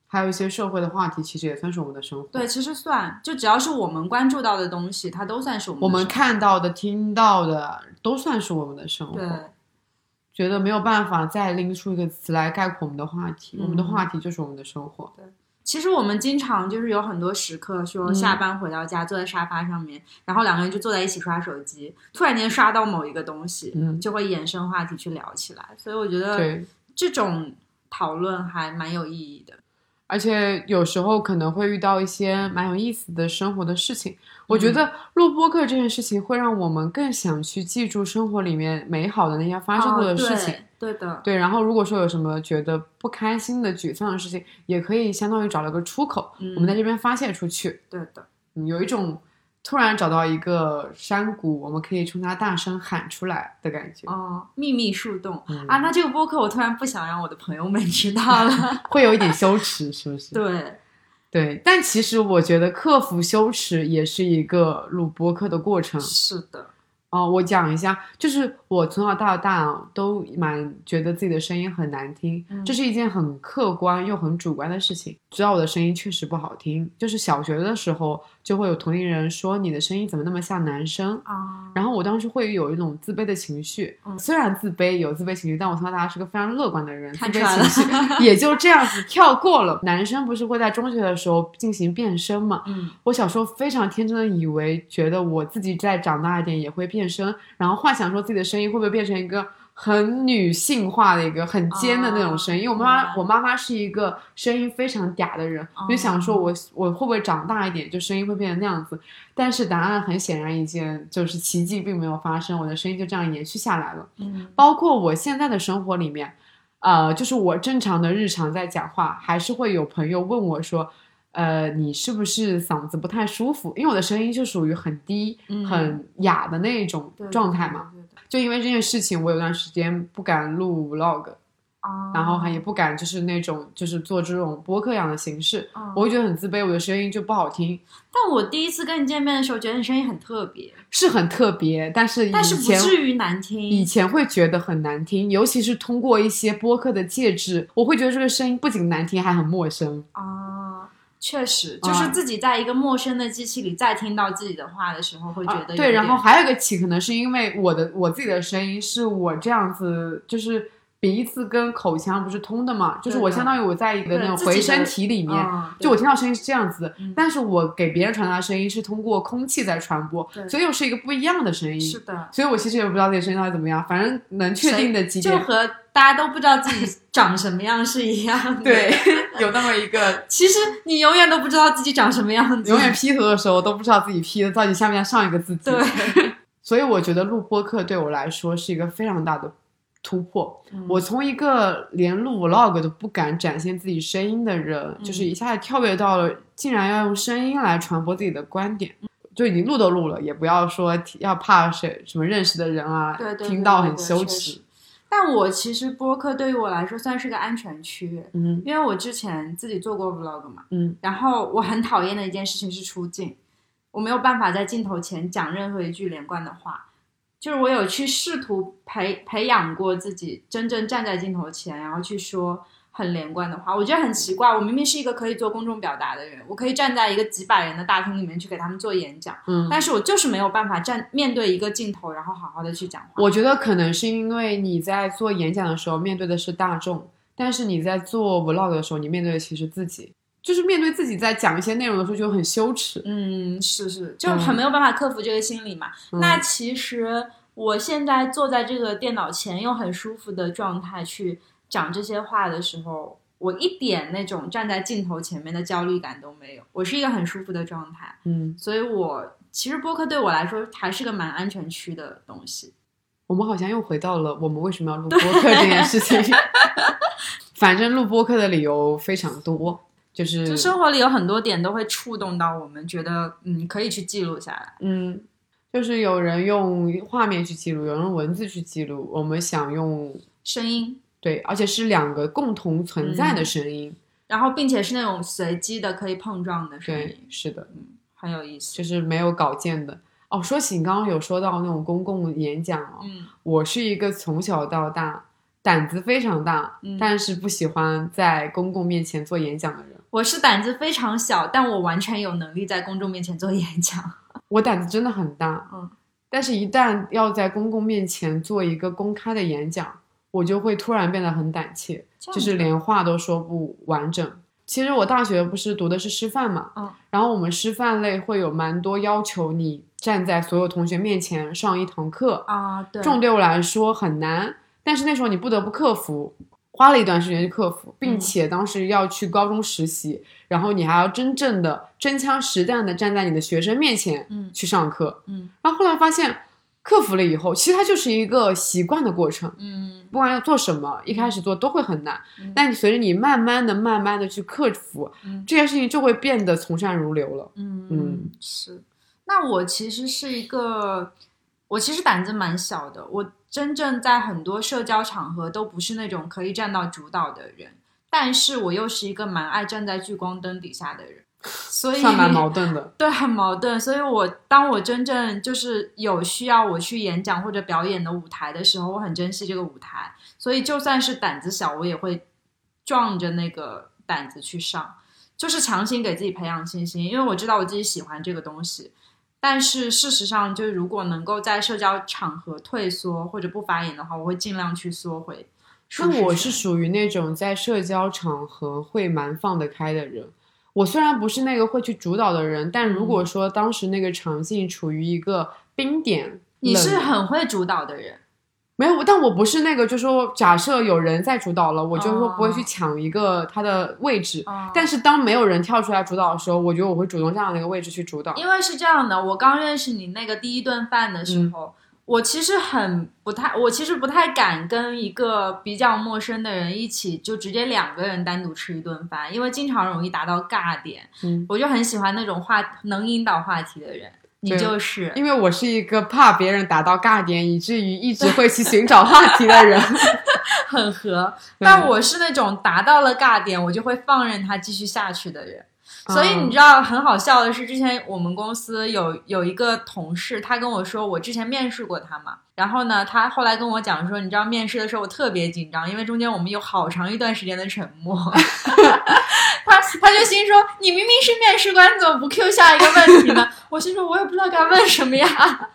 Speaker 1: 还有一些社会的话题，其实也算是我们的生活。
Speaker 2: 对，，其实算，就只要是我们关注到的东西，它都算是我们
Speaker 1: 我
Speaker 2: 我
Speaker 1: 们看到的、听到的，都算是我们的生
Speaker 2: 对
Speaker 1: 活。觉得没有办法再拎出一个词来概括我们的话题，
Speaker 2: 嗯
Speaker 1: 我们的话题就是我们的生活。
Speaker 2: 其实我们经常就是有很多时刻，说
Speaker 1: 嗯
Speaker 2: 下班回到家，坐在沙发上面，然后两个人就坐在一起刷手机，突然间刷到某一个东西，
Speaker 1: 嗯
Speaker 2: 就会衍生话题去聊起来。所以我觉得
Speaker 1: 对，
Speaker 2: 这种讨论还蛮有意义的。
Speaker 1: 而且有时候可能会遇到一些蛮有意思的生活的事情。我
Speaker 2: 嗯
Speaker 1: 觉得录播客这件事情会让我们更想去记住生活里面美好的那些发生过的
Speaker 2: 哦
Speaker 1: 事情。
Speaker 2: 对，对的，
Speaker 1: 对，然后如果说有什么觉得不开心的、沮丧的事情，也可以相当于找了个出口，
Speaker 2: 嗯
Speaker 1: 我们在这边发泄出去。
Speaker 2: 对的，
Speaker 1: 嗯有一种突然找到一个山谷，我们可以冲它大声喊出来的感觉，
Speaker 2: 哦，秘密树洞、
Speaker 1: 嗯
Speaker 2: 啊！那这个播客我突然不想让我的朋友们知道了。
Speaker 1: 会有一点羞耻，是不是？
Speaker 2: 对，
Speaker 1: 对但其实我觉得克服羞耻也是一个录播客的过程。
Speaker 2: 是的，
Speaker 1: 哦，我讲一下，就是我从小到大都蛮觉得自己的声音很难听，
Speaker 2: 嗯
Speaker 1: 这是一件很客观又很主观的事情。知道我的声音确实不好听，就是小学的时候就会有同龄人说你的声音怎么那么像男生。
Speaker 2: 啊，
Speaker 1: 然后我当时会有一种自卑的情绪，
Speaker 2: 嗯
Speaker 1: 虽然自卑有自卑情绪，但我从小到大是个非常乐观的人，自
Speaker 2: 看
Speaker 1: 卑
Speaker 2: 出来了
Speaker 1: 情绪也就这样子跳过了。男生不是会在中学的时候进行变声嘛？
Speaker 2: 嗯，
Speaker 1: 我小时候非常天真的以为，觉得我自己再长大一点也会变声，然后幻想说自己的声音会不会变成一个很女性化的一个很尖的那种声音。因为我妈
Speaker 2: 哦
Speaker 1: 妈，
Speaker 2: 明白哦
Speaker 1: 我妈妈是一个声音非常嗲的人，我就想说我我会不会长大一点就声音会变成那样子？但是答案很显然一件就是奇迹并没有发生，我的声音就这样延续下来了。
Speaker 2: 嗯，
Speaker 1: 包括我现在的生活里面，呃，就是我正常的日常在讲话，还是会有朋友问我说，呃，你是不是嗓子不太舒服？因为我的声音就属于很低、
Speaker 2: 嗯
Speaker 1: 很哑的那种
Speaker 2: 对
Speaker 1: 状态嘛。。
Speaker 2: 对对对
Speaker 1: 就因为这件事情，我有段时间不敢录 vlog，
Speaker 2: 啊，
Speaker 1: 然后还也不敢就是那种就是做这种播客一样的形式，
Speaker 2: 啊
Speaker 1: 我会觉得很自卑，我的声音就不好听，
Speaker 2: 但我第一次跟你见面的时候，觉得你声音很特别，
Speaker 1: 是很特别，但是以
Speaker 2: 但是不
Speaker 1: 前
Speaker 2: 至于难听。
Speaker 1: 以前会觉得很难听，尤其是通过一些播客的介质，我会觉得这个声音不仅难听，还很陌生。
Speaker 2: 啊，确实，
Speaker 1: 啊
Speaker 2: 就是自己在一个陌生的机器里再听到自己的话的时候，会觉得有
Speaker 1: 嗯对，
Speaker 2: 点
Speaker 1: 然后还有一个起，可能是因为我的我自己的声音是我这样子，就是鼻子跟口腔不是通的嘛，就是
Speaker 2: 对
Speaker 1: 我
Speaker 2: 的
Speaker 1: 相当于我在一个
Speaker 2: 对
Speaker 1: 那种
Speaker 2: 自己
Speaker 1: 回
Speaker 2: 的
Speaker 1: 声体里面，
Speaker 2: 啊
Speaker 1: 就我听到声音是这样子的
Speaker 2: 嗯，
Speaker 1: 但是我给别人传达的声音是通过空气在传播
Speaker 2: 对，
Speaker 1: 所以又是一个不一样的声音。
Speaker 2: 是的，
Speaker 1: 所以我其实也不知道自己声音到底怎么样，反正能确定的几
Speaker 2: 就
Speaker 1: 点，
Speaker 2: 和大家都不知道自己长什么样是一样的。
Speaker 1: 对，， 有那么一个
Speaker 2: 其实你永远都不知道自己长什么样子。
Speaker 1: 永远 P 图的时候都不知道自己 P 的到底像不像上一个自己。
Speaker 2: 对，
Speaker 1: 所以我觉得录播课对我来说是一个非常大的突破。
Speaker 2: 嗯
Speaker 1: 我从一个连录 vlog 都不敢展现自己声音的人，
Speaker 2: 嗯
Speaker 1: 就是一下子跳跃到了竟然要用声音来传播自己的观点。
Speaker 2: 嗯
Speaker 1: 就已经录都录了，也不要说要怕谁什么认识的人啊，
Speaker 2: 对对对
Speaker 1: 听到
Speaker 2: 对
Speaker 1: 很
Speaker 2: 对
Speaker 1: 羞
Speaker 2: 确实
Speaker 1: 耻。
Speaker 2: 但我其实播客对于我来说算是个安全区，
Speaker 1: 嗯
Speaker 2: 因为我之前自己做过 vlog 嘛，
Speaker 1: 嗯
Speaker 2: 然后我很讨厌的一件事情是出镜，我没有办法在镜头前讲任何一句连贯的话。就是我有去试图培培养过自己，真正站在镜头前，然后去说很连贯的话。我觉得很奇怪，我明明是一个可以做公众表达的人，我可以站在一个几百人的大厅里面去给他们做演讲，
Speaker 1: 嗯。
Speaker 2: 但是我就是没有办法站面对一个镜头，然后好好的去讲话。
Speaker 1: 我觉得可能是因为你在做演讲的时候面对的是大众，但是你在做 vlog 的时候，你面对的其实自己，就是面对自己在讲一些内容的时候就很羞耻。
Speaker 2: 嗯，是是，就很没有办法克服这个心理嘛。
Speaker 1: 嗯
Speaker 2: 那其实我现在坐在这个电脑前，用很舒服的状态去讲这些话的时候，我一点那种站在镜头前面的焦虑感都没有，我是一个很舒服的状态，
Speaker 1: 嗯，
Speaker 2: 所以我其实播客对我来说还是个蛮安全区的东西。
Speaker 1: 我们好像又回到了我们为什么要录播客这件事情。 反正录播客的理由非常多，就是
Speaker 2: 就生活里有很多点都会触动到我们，觉得嗯可以去记录下来。
Speaker 1: 嗯，就是有人用画面去记录，有人用文字去记录，我们想用
Speaker 2: 声音，
Speaker 1: 对，而且是两个共同存在的声音。
Speaker 2: 然后并且是那种随机的可以碰撞的声
Speaker 1: 对
Speaker 2: 音，，
Speaker 1: 是的。
Speaker 2: 很有意思。
Speaker 1: 就是没有稿件的。哦，说起你刚刚有说到那种公共演讲哦，
Speaker 2: 嗯
Speaker 1: 我是一个从小到大胆子非常大，
Speaker 2: 嗯，
Speaker 1: 但是不喜欢在公共面前做演讲的人。
Speaker 2: 我是胆子非常小，但我完全有能力在公众面前做演讲。
Speaker 1: 我胆子真的很大，
Speaker 2: 嗯，
Speaker 1: 但是一旦要在公共面前做一个公开的演讲，我就会突然变得很胆怯，就是连话都说不完整。其实我大学不是读的是师范嘛，
Speaker 2: 嗯，
Speaker 1: 然后我们师范类会有蛮多要求你站在所有同学面前上一堂课，
Speaker 2: 啊，对，
Speaker 1: 这种对我来说很难，但是那时候你不得不克服，花了一段时间去克服，
Speaker 2: 嗯
Speaker 1: 并且当时要去高中实习，然后你还要真正的真枪实弹的站在你的学生面前
Speaker 2: 嗯
Speaker 1: 去上课，
Speaker 2: 嗯
Speaker 1: 然后后来发现克服了以后，其实它就是一个习惯的过程。
Speaker 2: 嗯
Speaker 1: 不管要做什么，一开始做都会很难
Speaker 2: 嗯，
Speaker 1: 但你随着你慢慢的、慢慢的去克服
Speaker 2: 嗯，
Speaker 1: 这件事情就会变得从善如流了。
Speaker 2: 嗯
Speaker 1: 嗯
Speaker 2: 是。那我其实是一个，我其实胆子蛮小的，我真正在很多社交场合都不是那种可以站到主导的人，但是我又是一个蛮爱站在聚光灯底下的人，所以
Speaker 1: 算蛮矛盾的，
Speaker 2: 对，很矛盾。所以我当我真正就是有需要我去演讲或者表演的舞台的时候，我很珍惜这个舞台。所以就算是胆子小，我也会壮着那个胆子去上，就是强行给自己培养信心，因为我知道我自己喜欢这个东西。但是事实上，就是如果能够在社交场合退缩或者不发言的话，我会尽量去缩回舒适
Speaker 1: 那
Speaker 2: 圈。
Speaker 1: 我是属于那种在社交场合会蛮放得开的人。我虽然不是那个会去主导的人，但如
Speaker 2: 嗯
Speaker 1: 果说当时那个场景处于一个冰点，
Speaker 2: 你是
Speaker 1: 冷
Speaker 2: 很会主导的人，
Speaker 1: 没有，但我不是那个，就说假设有人在主导了，我就说
Speaker 2: 哦
Speaker 1: 不会去抢一个他的位置。
Speaker 2: 哦
Speaker 1: 但是当没有人跳出来主导的时候，我觉得我会主动站到那个位置去主导。
Speaker 2: 因为是这样的，我刚认识你那个第一顿饭的
Speaker 1: 嗯
Speaker 2: 时候，我其实很不太，我其实不太敢跟一个比较陌生的人一起，就直接两个人单独吃一顿饭，因为经常容易达到尬点。
Speaker 1: 嗯，
Speaker 2: 我就很喜欢那种话能引导话题的人，你
Speaker 1: 对
Speaker 2: 就是。
Speaker 1: 因为我是一个怕别人达到尬点，以至于一直会去寻找话题的人。
Speaker 2: 很合，
Speaker 1: 嗯
Speaker 2: 但我是那种达到了尬点，我就会放任它继续下去的人。所以你知道很好笑的是，之前我们公司有有一个同事，他跟我说，我之前面试过他嘛，然后呢，他后来跟我讲说，你知道面试的时候我特别紧张，因为中间我们有好长一段时间的沉默。他他就心说，你明明是面试官，你怎么不 Q 下一个问题呢？ 我心说，我也不知道该问什么呀。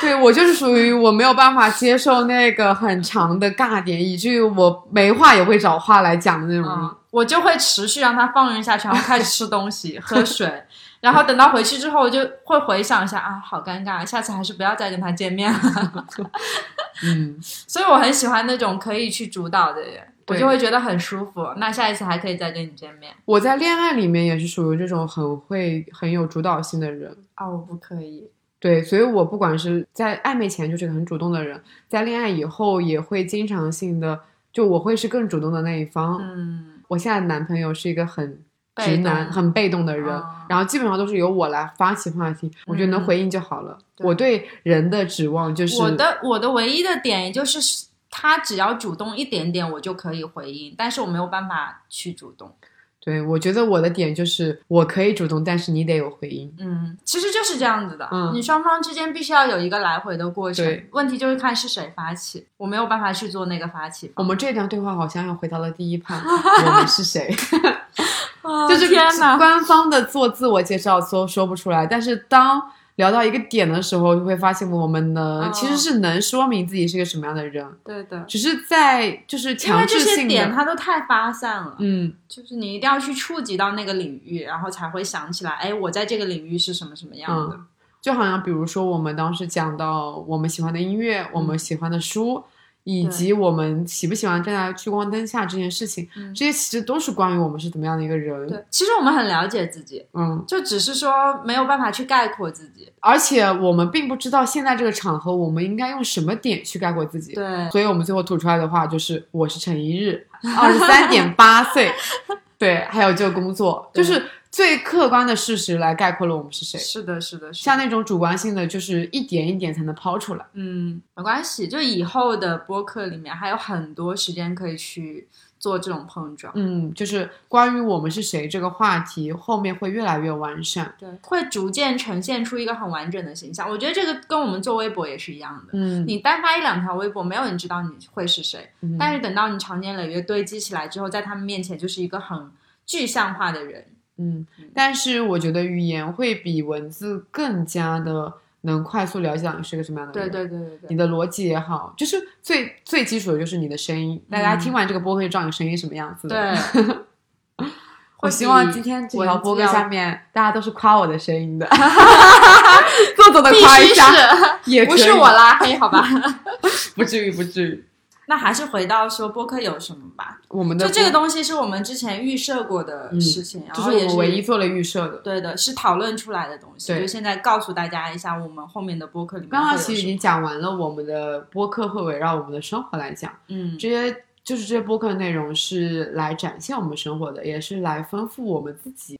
Speaker 1: 对我就是属于我没有办法接受那个很长的尬点，以至于我没话也会找话来讲的那种。
Speaker 2: 嗯，我就会持续让他放任下去，然后开始吃东西、喝水，然后等到回去之后，我就会回想一下啊，好尴尬，下次还是不要再跟他见面了。
Speaker 1: 嗯，
Speaker 2: 所以我很喜欢那种可以去主导的人，我
Speaker 1: 对
Speaker 2: 就会觉得很舒服。那下一次还可以再跟你见面
Speaker 1: 我在恋爱里面也是属于这种很会很有主导性的人。
Speaker 2: 啊、我不可以，
Speaker 1: 对，所以我不管是在暧昧前就是个很主动的人，在恋爱以后也会经常性的，就我会是更主动的那一方。
Speaker 2: 嗯，
Speaker 1: 我现在的男朋友是一个很直
Speaker 2: 被动
Speaker 1: 男、很被动的人，
Speaker 2: 哦嗯
Speaker 1: 然后基本上都是由我来发起话题，我觉得能回应就好了。
Speaker 2: 对
Speaker 1: 我对人的指望就是
Speaker 2: 我的我的唯一的点也就是他只要主动一点点，我就可以回应，但是我没有办法去主动。
Speaker 1: 对，我觉得我的点就是我可以主动，但是你得有回应。
Speaker 2: 嗯，其实就是这样子的。
Speaker 1: 嗯
Speaker 2: 你双方之间必须要有一个来回的过程
Speaker 1: 对。
Speaker 2: 问题就是看是谁发起，我没有办法去做那个发起
Speaker 1: 我
Speaker 2: 方。
Speaker 1: 们这段对话好像又回到了 第一趴，我们是谁？
Speaker 2: 啊
Speaker 1: 就是
Speaker 2: 天哪！
Speaker 1: 官方的做自我介绍说说不出来，但是当聊到一个点的时候，就会发现我们能、
Speaker 2: 嗯
Speaker 1: 其实是能说明自己是个什么样的人，
Speaker 2: 对的，
Speaker 1: 只是在就是
Speaker 2: 因
Speaker 1: 强
Speaker 2: 为这
Speaker 1: 制
Speaker 2: 些
Speaker 1: 性
Speaker 2: 点
Speaker 1: 的，
Speaker 2: 它都太发散了，
Speaker 1: 嗯，
Speaker 2: 就是你一定要去触及到那个领域，然后才会想起来，哎，我在这个领域是什么什么样的。
Speaker 1: 就好像比如说我们当时讲到我们喜欢的音乐，我
Speaker 2: 嗯
Speaker 1: 们喜欢的书。以及我们喜不喜欢站在聚光灯下这件事情，
Speaker 2: 嗯
Speaker 1: 这些其实都是关于我们是怎么样的一个人。
Speaker 2: 对，其实我们很了解自己，
Speaker 1: 嗯，
Speaker 2: 就只是说没有办法去概括自己。
Speaker 1: 而且我们并不知道现在这个场合我们应该用什么点去概括自己。
Speaker 2: 对，
Speaker 1: 所以我们最后吐出来的话就是：我是陈一 日，二十三点八岁，对，还有这个工作，就
Speaker 2: 对
Speaker 1: 是最客观的事实来概括了我们是谁。
Speaker 2: 是的，是的，是的
Speaker 1: 像那种主观性的，就是一点一点才能抛出来。
Speaker 2: 嗯，没关系，就以后的播客里面还有很多时间可以去做这种碰撞。
Speaker 1: 嗯，就是关于我们是谁这个话题，后面会越来越完善。
Speaker 2: 对，会逐渐呈现出一个很完整的形象。我觉得这个跟我们做微博也是一样的。
Speaker 1: 嗯，
Speaker 2: 你单发一两条微博，没有人知道你会是谁，
Speaker 1: 嗯
Speaker 2: 但是等到你长年累月堆积起来之后，在他们面前就是一个很具象化的人。
Speaker 1: 嗯，但是我觉得语言会比文字更加的能快速了解到你是个什么样的
Speaker 2: 对
Speaker 1: 人。
Speaker 2: 对对对
Speaker 1: 你的
Speaker 2: 对，
Speaker 1: 逻辑也好，就是最最基础的就是你的声音，大家听完这个播客就知道你声音什么样子的。
Speaker 2: 嗯 对，
Speaker 1: 我希望今天这条播客
Speaker 2: 文字要
Speaker 1: 下面大家都是夸我的声音的， 做作的夸一
Speaker 2: 必须
Speaker 1: 下，
Speaker 2: 是，
Speaker 1: 也可
Speaker 2: 不
Speaker 1: 以
Speaker 2: 是我，拉黑，好吧？
Speaker 1: 不至于不至于。
Speaker 2: 那还是回到说播客有什么吧。
Speaker 1: 我们的
Speaker 2: 就这个
Speaker 1: 播嗯
Speaker 2: 东西是我们之前预设过的事情，然
Speaker 1: 就
Speaker 2: 后
Speaker 1: 是我
Speaker 2: 也
Speaker 1: 们
Speaker 2: 是
Speaker 1: 唯一做了预设的。
Speaker 2: 对的，是讨论出来的东西。
Speaker 1: 对
Speaker 2: 就现在告诉大家一下，我们后面的播客里面
Speaker 1: 刚刚
Speaker 2: 会有
Speaker 1: 其实已
Speaker 2: 什么
Speaker 1: 经讲完了，我们的播客会围绕我们的生活来讲，
Speaker 2: 嗯，
Speaker 1: 这些就是这些播客内容是来展现我们生活的，也是来丰富我们自己。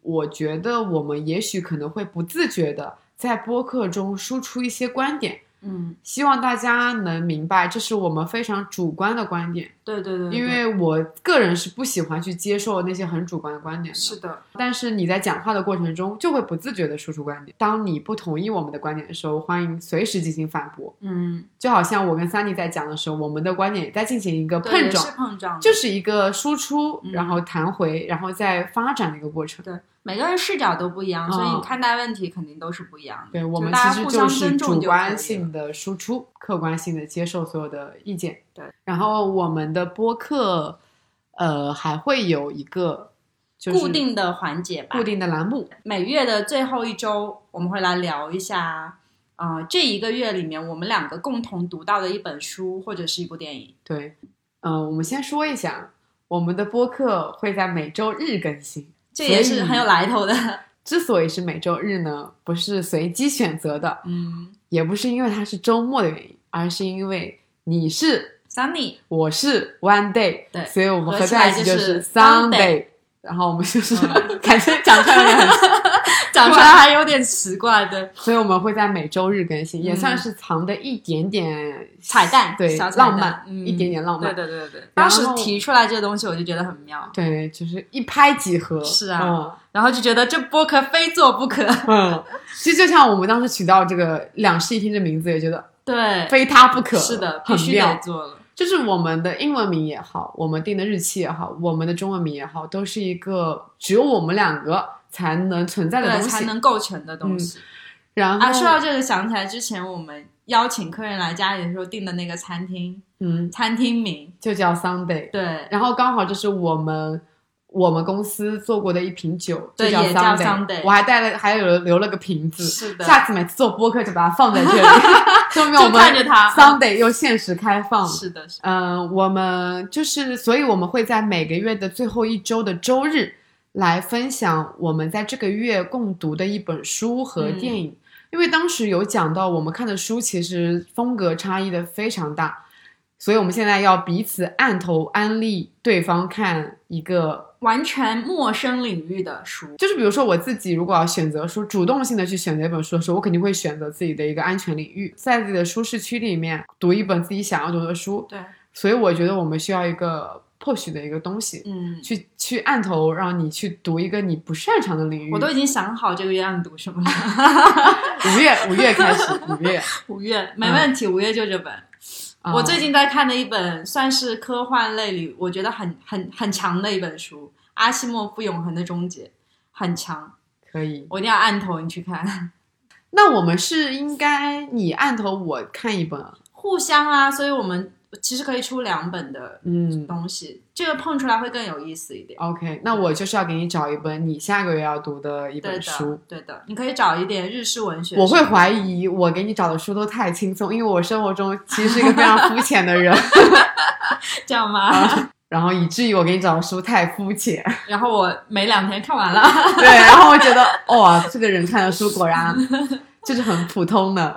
Speaker 1: 我觉得我们也许可能会不自觉的在播客中输出一些观点，
Speaker 2: 嗯，
Speaker 1: 希望大家能明白，这是我们非常主观的观点，
Speaker 2: 对对对，对
Speaker 1: 因为我个人是不喜欢去接受那些很主观的观点的。
Speaker 2: 是的，
Speaker 1: 但是你在讲话的过程中，就会不自觉的输出观点。当你不同意我们的观点的时候，欢迎随时进行反驳。
Speaker 2: 嗯，
Speaker 1: 就好像我跟 Sunny 在讲的时候，我们的观点也在进行一个
Speaker 2: 对
Speaker 1: 碰
Speaker 2: 也
Speaker 1: 撞
Speaker 2: 是，碰撞的，
Speaker 1: 就是一个输出，
Speaker 2: 嗯
Speaker 1: 然后弹回，然后再发展的一个过程。
Speaker 2: 对每个人视角都不一样，
Speaker 1: 嗯
Speaker 2: 所以你看待问题肯定都是不一样的。
Speaker 1: 对
Speaker 2: 就
Speaker 1: 我们其
Speaker 2: 大家
Speaker 1: 实
Speaker 2: 互
Speaker 1: 就
Speaker 2: 相
Speaker 1: 是
Speaker 2: 尊重
Speaker 1: 主
Speaker 2: 就可以
Speaker 1: 观
Speaker 2: 了
Speaker 1: 性的输出，客观性的接受所有的意见。
Speaker 2: 对，
Speaker 1: 然后我们的播客，呃，还会有一个就是
Speaker 2: 固定的环节吧
Speaker 1: 固。定的栏目，
Speaker 2: 每月的最后一周，我们会来聊一下，呃，这一个月里面我们两个共同读到的一本书或者是一部电影。
Speaker 1: 对，嗯、我们先说一下，我们的播客会在每周日更新。
Speaker 2: 这也是很有来头的。
Speaker 1: 之所以是每周日呢，不是随机选择的，
Speaker 2: 嗯
Speaker 1: 也不是因为它是周末的原因，而是因为你是，
Speaker 2: ，Sunny，
Speaker 1: 我是 one day，
Speaker 2: 对
Speaker 1: 所以我们
Speaker 2: 合
Speaker 1: 合
Speaker 2: 起
Speaker 1: 在
Speaker 2: 来
Speaker 1: 一起
Speaker 2: 就是是
Speaker 1: Sunday，然后我们就是、
Speaker 2: 嗯
Speaker 1: 感觉讲出来有点 很，
Speaker 2: 讲出来还有点奇怪的
Speaker 1: 所以我们会在每周日更新，也
Speaker 2: 嗯
Speaker 1: 算是藏的一点点
Speaker 2: 彩蛋，
Speaker 1: 对，
Speaker 2: 小彩蛋
Speaker 1: 浪漫、
Speaker 2: 嗯
Speaker 1: 一点点浪漫，
Speaker 2: 对对对对，当时
Speaker 1: 然后
Speaker 2: 提出来这个东西，我就觉得很妙，
Speaker 1: 对就是一拍即合，
Speaker 2: 是啊然后就觉得这播客非做 不可。
Speaker 1: 嗯，嗯，其实就像我们当时取到这个“两室一厅”这名字，也觉得
Speaker 2: 对，
Speaker 1: 非他不可，
Speaker 2: 是的，必
Speaker 1: 很
Speaker 2: 须得
Speaker 1: 妙。
Speaker 2: 做了。
Speaker 1: 就是我们的英文名也好，我们定的日期也好，我们的中文名也好，都是一个只有我们两个才能存在的
Speaker 2: 对，
Speaker 1: 东
Speaker 2: 才
Speaker 1: 西。嗯
Speaker 2: 能构成的东西、
Speaker 1: 然后，
Speaker 2: 啊！说到这个，想起来之前我们邀请客人来家里的时候订的那个餐厅，
Speaker 1: 嗯，
Speaker 2: 餐厅名
Speaker 1: 就叫 Sunday。
Speaker 2: 对
Speaker 1: 然后刚好就是我们我们公司做过的一瓶酒，就
Speaker 2: 对
Speaker 1: 叫
Speaker 2: 也叫
Speaker 1: Sunday。
Speaker 2: Sunday
Speaker 1: 我还带了，还有留了个瓶子。
Speaker 2: 是的，
Speaker 1: 下次每次做播客就把它放在这 里，说明我
Speaker 2: 就看着
Speaker 1: 们
Speaker 2: 它
Speaker 1: Sunday 又限时开放了。
Speaker 2: 是的，是的
Speaker 1: 嗯，我们就是，所以我们会在每个月的最后一周的周日来分享我们在这个月共读的一本书和电影，因为当时有讲到我们看的书其实风格差异的非常大，所以我们现在要彼此按头安利对方看一个
Speaker 2: 完全陌生领域的书。
Speaker 1: 就是比如说我自己，如果要选择书，主动性的去选择一本书的时候，我肯定会选择自己的一个安全领域，在自己的舒适区里面读一本自己想要读的书。
Speaker 2: 对，
Speaker 1: 所以我觉得我们需要一个 push 的一个东西，
Speaker 2: 嗯，
Speaker 1: 去去按头让你去读一个你不擅长的领域。
Speaker 2: 我都已经想好这个月要读什么了。
Speaker 1: 五月五月开始，五 月。
Speaker 2: 五月没问
Speaker 1: 嗯
Speaker 2: 题，五月就这本。
Speaker 1: 啊
Speaker 2: 我最近在看的一本算是科幻类里，我觉得很很很强的一本书，《阿西莫夫永恒的终结》，很强，
Speaker 1: 可以。
Speaker 2: 我一定要按头你去看，
Speaker 1: 那我们是应该你按头我看一本，
Speaker 2: 互相啊，所以我们其实可以出两本的
Speaker 1: 嗯
Speaker 2: 东西，这个碰出来会更有意思一点。
Speaker 1: ，OK，那我就是要给你找一本你下个月要读的一
Speaker 2: 对
Speaker 1: 本书
Speaker 2: 的。，对的，你可以找一点日式文学。
Speaker 1: 我会怀疑我给你找的书都太轻松，因为我生活中其实是一个非常肤浅的人，
Speaker 2: 这样吗？
Speaker 1: 然后以至于我给你找的书太肤浅。
Speaker 2: 然后我没两天看完了，
Speaker 1: 对，然后我觉得哇、这个人看的书果然就是很普通 的，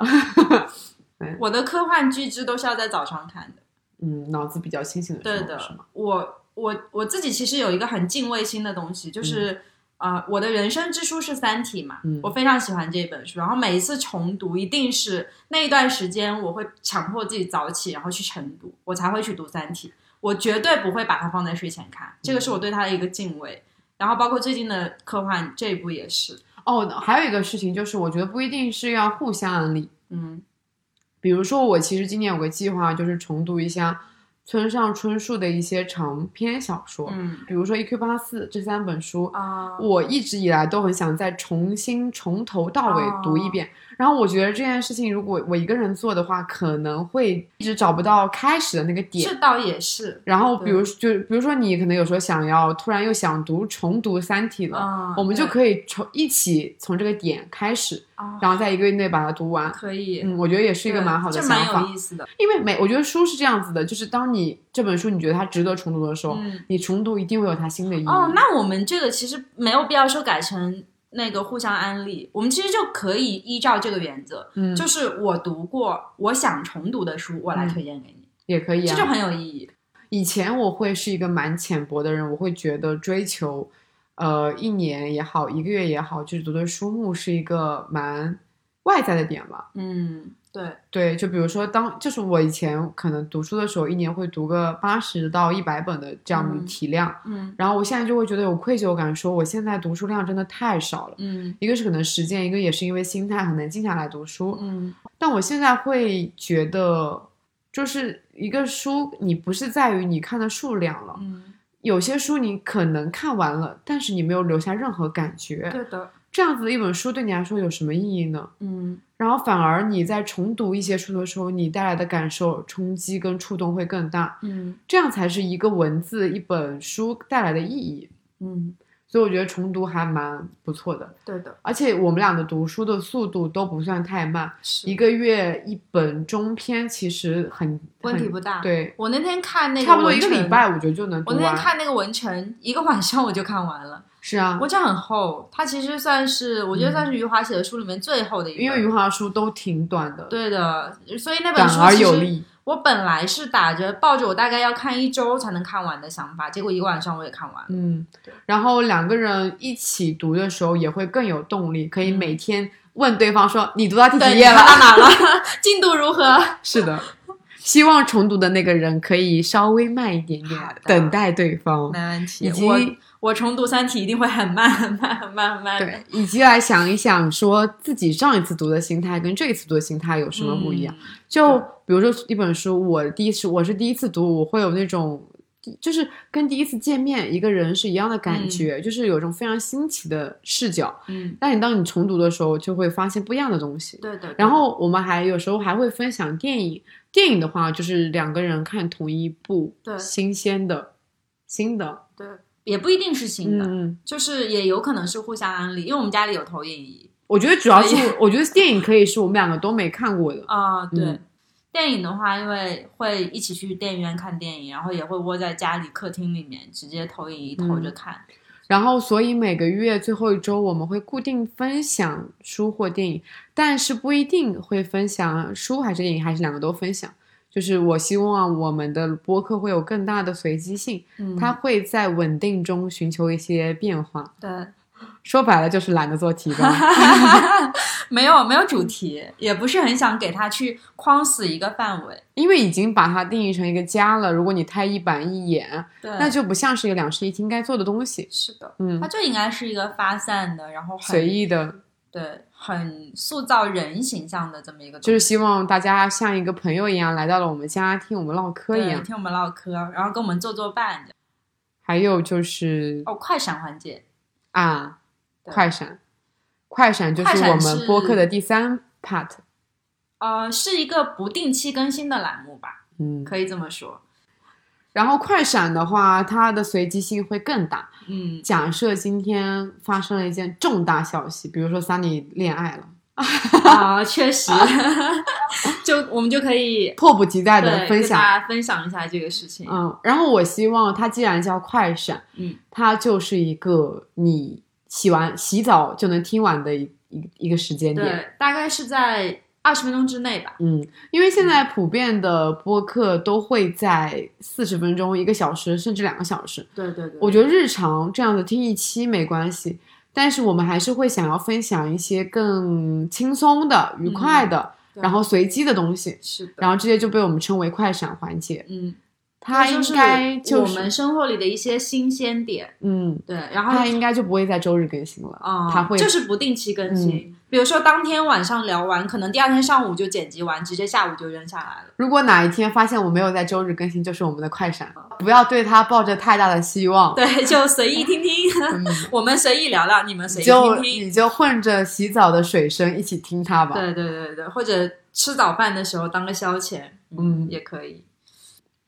Speaker 2: 我的科幻巨制都是要在早上看的。
Speaker 1: 嗯，脑子比较清醒的
Speaker 2: 对
Speaker 1: 时候
Speaker 2: 的
Speaker 1: 是吗？，
Speaker 2: 我我我自己其实有一个很敬畏心的东西，就是啊、呃我的人生之书是《三体》嘛，
Speaker 1: 嗯
Speaker 2: 我非常喜欢这本书，然后每一次重读，一定是那一段时间我会强迫自己早起，然后去晨读，我才会去读《三体》，我绝对不会把它放在睡前看，这个是我
Speaker 1: 嗯
Speaker 2: 对它的一个敬畏。然后包括最近的科幻这一部也是，
Speaker 1: 哦，还有一个事情就是，我觉得不一定是要互相安利，
Speaker 2: 嗯
Speaker 1: 比如说，我其实今年有个计划，就是重读一下村上春树的一些长篇小说，
Speaker 2: 嗯
Speaker 1: 比如说《一 E Q 八四》这三本书。
Speaker 2: 啊，
Speaker 1: 我一直以来都很想再重新从头到尾
Speaker 2: 哦
Speaker 1: 读一遍，然后我觉得这件事情如果我一个人做的话，可能会一直找不到开始的那个点。
Speaker 2: 这倒也是，
Speaker 1: 然后比如
Speaker 2: 对
Speaker 1: 就比如说你可能有时候想要突然又想读重读《三体》了，
Speaker 2: 啊，
Speaker 1: 我们就
Speaker 2: 对
Speaker 1: 可以从一起从这个点开始，
Speaker 2: 啊
Speaker 1: 然后在一个月内把它读完。
Speaker 2: 可以，
Speaker 1: 嗯，我觉得也是一个
Speaker 2: 对
Speaker 1: 蛮好的
Speaker 2: 这
Speaker 1: 想法
Speaker 2: 蛮。有意思的，
Speaker 1: 因为每我觉得书是这样子的，就是当你这本书你觉得它值得重读的时候，
Speaker 2: 嗯。
Speaker 1: 你重读一定会有它新的意义。
Speaker 2: 哦，那我们这个其实没有必要说改成那个互相安利，我们其实就可以依照这个原则，
Speaker 1: 嗯，
Speaker 2: 就是我读过我想重读的书，我来推荐给你，
Speaker 1: 也可以
Speaker 2: 这就
Speaker 1: 啊。
Speaker 2: 很有意义。
Speaker 1: 以前我会是一个蛮浅薄的人，我会觉得追求，呃，一年也好，一个月也好，就是读的书目是一个蛮外在的点吧。
Speaker 2: 嗯，对，
Speaker 1: 对，就比如说当，就是我以前可能读书的时候，一年会读个八十到一百本的这样的
Speaker 2: 嗯
Speaker 1: 体量，
Speaker 2: 嗯
Speaker 1: 然后我现在就会觉得有愧疚感，说我现在读书量真的太少了。
Speaker 2: 嗯
Speaker 1: 一个是可能时间，一个也是因为心态很难静下来读书。
Speaker 2: 嗯，
Speaker 1: 但我现在会觉得，就是一个书，你不是在于你看的数量了，
Speaker 2: 嗯，
Speaker 1: 有些书你可能看完了，但是你没有留下任何感觉，
Speaker 2: 对的，
Speaker 1: 这样子的一本书对你来说有什么意义呢？
Speaker 2: 嗯
Speaker 1: 然后反而你在重读一些书的时候，你带来的感受冲击跟触动会更大，
Speaker 2: 嗯
Speaker 1: 这样才是一个文字、一本书带来的意义。
Speaker 2: 嗯，
Speaker 1: 所以我觉得重读还蛮不错的，
Speaker 2: 对的，
Speaker 1: 而且我们俩的读书的速度都不算太慢，
Speaker 2: 是
Speaker 1: 一个月一本中篇，其实很
Speaker 2: 问题
Speaker 1: 很
Speaker 2: 不大。
Speaker 1: 对，
Speaker 2: 我那天看那个
Speaker 1: 差不多一个
Speaker 2: 文成
Speaker 1: 礼。拜，我觉得就能读
Speaker 2: 我
Speaker 1: 完。
Speaker 2: 那天看那个文成，一个晚上我就看完了。
Speaker 1: 是啊，
Speaker 2: 我这很厚，它其实算是，我觉得算是余华写的书里面最厚的一本。
Speaker 1: 因为余华的书都挺短的，
Speaker 2: 对的，所以那本
Speaker 1: 短
Speaker 2: 书
Speaker 1: 而
Speaker 2: 其
Speaker 1: 有
Speaker 2: 实
Speaker 1: 力。
Speaker 2: 我本来是打着抱着我大概要看一周才能看完的想法，结果一个晚上我也看完了。
Speaker 1: 嗯，然后两个人一起读的时候也会更有动力，可以
Speaker 2: 嗯
Speaker 1: 每天问对方说你读到第
Speaker 2: 对，
Speaker 1: 几
Speaker 2: 你
Speaker 1: 页
Speaker 2: 看
Speaker 1: 了？
Speaker 2: 到哪了？进度如何？
Speaker 1: 是的， 希望重读的那个人可以稍微慢一点
Speaker 2: 好
Speaker 1: 点
Speaker 2: 的，
Speaker 1: 等待对方。
Speaker 2: 没问题
Speaker 1: 以。及
Speaker 2: 我我重读《三体》一定会很慢很慢很慢很慢的。
Speaker 1: 对，以及来想一想，说自己上一次读的心态跟这一次读的心态有什么不一样？
Speaker 2: 嗯？
Speaker 1: 就比如说一本书，我第一次我是第一次读，我会有那种就是跟第一次见面一个人是一样的感觉，就是有一种非常新奇的视角。
Speaker 2: 嗯，
Speaker 1: 但你当你重读的时候，就会发现不一样的东西。
Speaker 2: 对的。对
Speaker 1: 然后我们还有时候还会分享电影，电影的话就是两个人看同一部
Speaker 2: 对
Speaker 1: 新鲜的、新的，
Speaker 2: 对，也不一定是新的，
Speaker 1: 嗯，
Speaker 2: 就是也有可能是互相安利，因为我们家里有投影仪
Speaker 1: 我觉得主要是
Speaker 2: 所以，
Speaker 1: 我觉得电影可以是我们两个都没看过的，
Speaker 2: 啊、对。
Speaker 1: 嗯
Speaker 2: 电影的话，因为会一起去电影院看电影，然后也会窝在家里客厅里面直接投影仪投
Speaker 1: 嗯
Speaker 2: 着看。
Speaker 1: 然后，所以每个月最后一周我们会固定分享书或电影，但是不一定会分享书还是电影，还是两个都分享。就是我希望我们的播客会有更大的随机性，
Speaker 2: 嗯，
Speaker 1: 它会在稳定中寻求一些变化。
Speaker 2: 对，
Speaker 1: 说白了就是懒得做题纲。
Speaker 2: 没有没有主题，也不是很想给他去框死一个范围。
Speaker 1: 因为已经把它定义成一个家了，如果你太一板一眼，
Speaker 2: 对，
Speaker 1: 那就不像是一个两室一厅该做的东西。
Speaker 2: 是的，
Speaker 1: 嗯
Speaker 2: 它，就应该是一个发散的，然后很
Speaker 1: 随，意的，
Speaker 2: 对，很塑造人形象的这么一个东西，
Speaker 1: 就是希望大家像一个朋友一样来到了我们家，听我们唠嗑一
Speaker 2: 对
Speaker 1: 样。
Speaker 2: 听我们唠嗑，然后跟我们做做伴。
Speaker 1: 还有就是
Speaker 2: 哦，快闪环节，
Speaker 1: 啊，
Speaker 2: 对
Speaker 1: 快闪，快闪就
Speaker 2: 快
Speaker 1: 是
Speaker 2: 闪
Speaker 1: 我
Speaker 2: 是
Speaker 1: 们播客的第三 part。
Speaker 2: 呃，是一个不定期更新的栏目吧，
Speaker 1: 嗯，
Speaker 2: 可以这么说。
Speaker 1: 然后快闪的话，它的随机性会更大。
Speaker 2: 嗯，
Speaker 1: 假设今天发生了一件重大消息，比如说 Sunny 恋爱了，
Speaker 2: 啊，确实， 就我们就可以
Speaker 1: 迫不及待的
Speaker 2: 对
Speaker 1: 分
Speaker 2: 跟
Speaker 1: 享
Speaker 2: 大家分享一下这个事情。
Speaker 1: 嗯，然后我希望它既然叫快闪，
Speaker 2: 嗯，
Speaker 1: 它就是一个你洗完洗澡就能听完的一一一个时间点。
Speaker 2: 对，大概是在二十分钟之内吧。
Speaker 1: 嗯，因为现在普遍的播客都会在四十分钟、一个小时甚至两个小时。
Speaker 2: 对对对，
Speaker 1: 我觉得日常这样的听一期没关系，但是我们还是会想要分享一些更轻松的、愉快的，
Speaker 2: 嗯对
Speaker 1: 然后随机的东西。
Speaker 2: 是的，
Speaker 1: 然后这些就被我们称为快闪环节，
Speaker 2: 嗯，
Speaker 1: 它
Speaker 2: 这
Speaker 1: 应
Speaker 2: 就是
Speaker 1: 该就
Speaker 2: 我
Speaker 1: 是
Speaker 2: 们生活里的一些新鲜点。
Speaker 1: 嗯，
Speaker 2: 对，然后
Speaker 1: 它应该就不会在周日更新了。
Speaker 2: 啊，
Speaker 1: 它会嗯
Speaker 2: 就是不定期更新。比如说当天晚上聊完，可能第二天上午就剪辑完，直接下午就扔下来了。
Speaker 1: 如果哪一天发现我没有在周日更新，就是我们的快闪，不要对它抱着太大的希望。
Speaker 2: 哦对，就随意听 听，
Speaker 1: 嗯，
Speaker 2: 我们随意聊聊，你们随意
Speaker 1: 就
Speaker 2: 听听。
Speaker 1: 你就混着洗澡的水声一起听它吧。
Speaker 2: 对对对对，或者吃早饭的时候当个消遣，
Speaker 1: 嗯
Speaker 2: 也可以。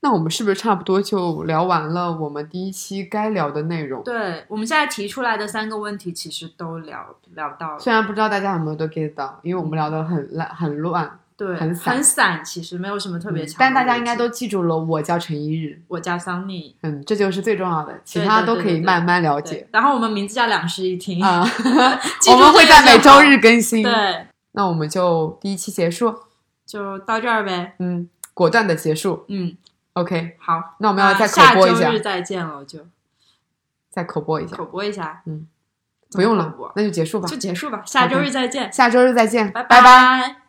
Speaker 1: 那我们是不是差不多就聊完了我们第一期该聊的内容？
Speaker 2: 对，我们现在提出来的三个问题，其实都聊聊到了。
Speaker 1: 虽然不知道大家有没有都 get 到，因为我们聊得
Speaker 2: 嗯
Speaker 1: 很烂很乱，
Speaker 2: 对，
Speaker 1: 很散嗯
Speaker 2: 散，其实没有什么特别强、
Speaker 1: 但大家应该都，记住了。我叫陈一日，
Speaker 2: 我叫桑尼，
Speaker 1: 嗯，这就是最重要的，其
Speaker 2: 对
Speaker 1: 他
Speaker 2: 对
Speaker 1: 都
Speaker 2: 对
Speaker 1: 可以
Speaker 2: 对
Speaker 1: 慢慢了
Speaker 2: 对
Speaker 1: 解。
Speaker 2: 然后我们名字叫两室一厅
Speaker 1: 啊。
Speaker 2: 记
Speaker 1: 我
Speaker 2: 住
Speaker 1: 们
Speaker 2: 这
Speaker 1: 会
Speaker 2: 个
Speaker 1: 在每
Speaker 2: 就好
Speaker 1: 周日更新。
Speaker 2: 对，
Speaker 1: 那我们就第一期结束，
Speaker 2: 就到这儿呗。
Speaker 1: 嗯，果断的结束。
Speaker 2: 嗯，
Speaker 1: OK，
Speaker 2: 好，
Speaker 1: 那我
Speaker 2: 我
Speaker 1: 们要再口
Speaker 2: 啊下
Speaker 1: 播一下
Speaker 2: 周日，再见了，就
Speaker 1: 再口播一下
Speaker 2: 口，播一下，
Speaker 1: 嗯不用了
Speaker 2: 口播，
Speaker 1: 那就结束吧
Speaker 2: 就，结束吧。下周日再见，
Speaker 1: 下周日再见，
Speaker 2: 拜
Speaker 1: 拜。
Speaker 2: 拜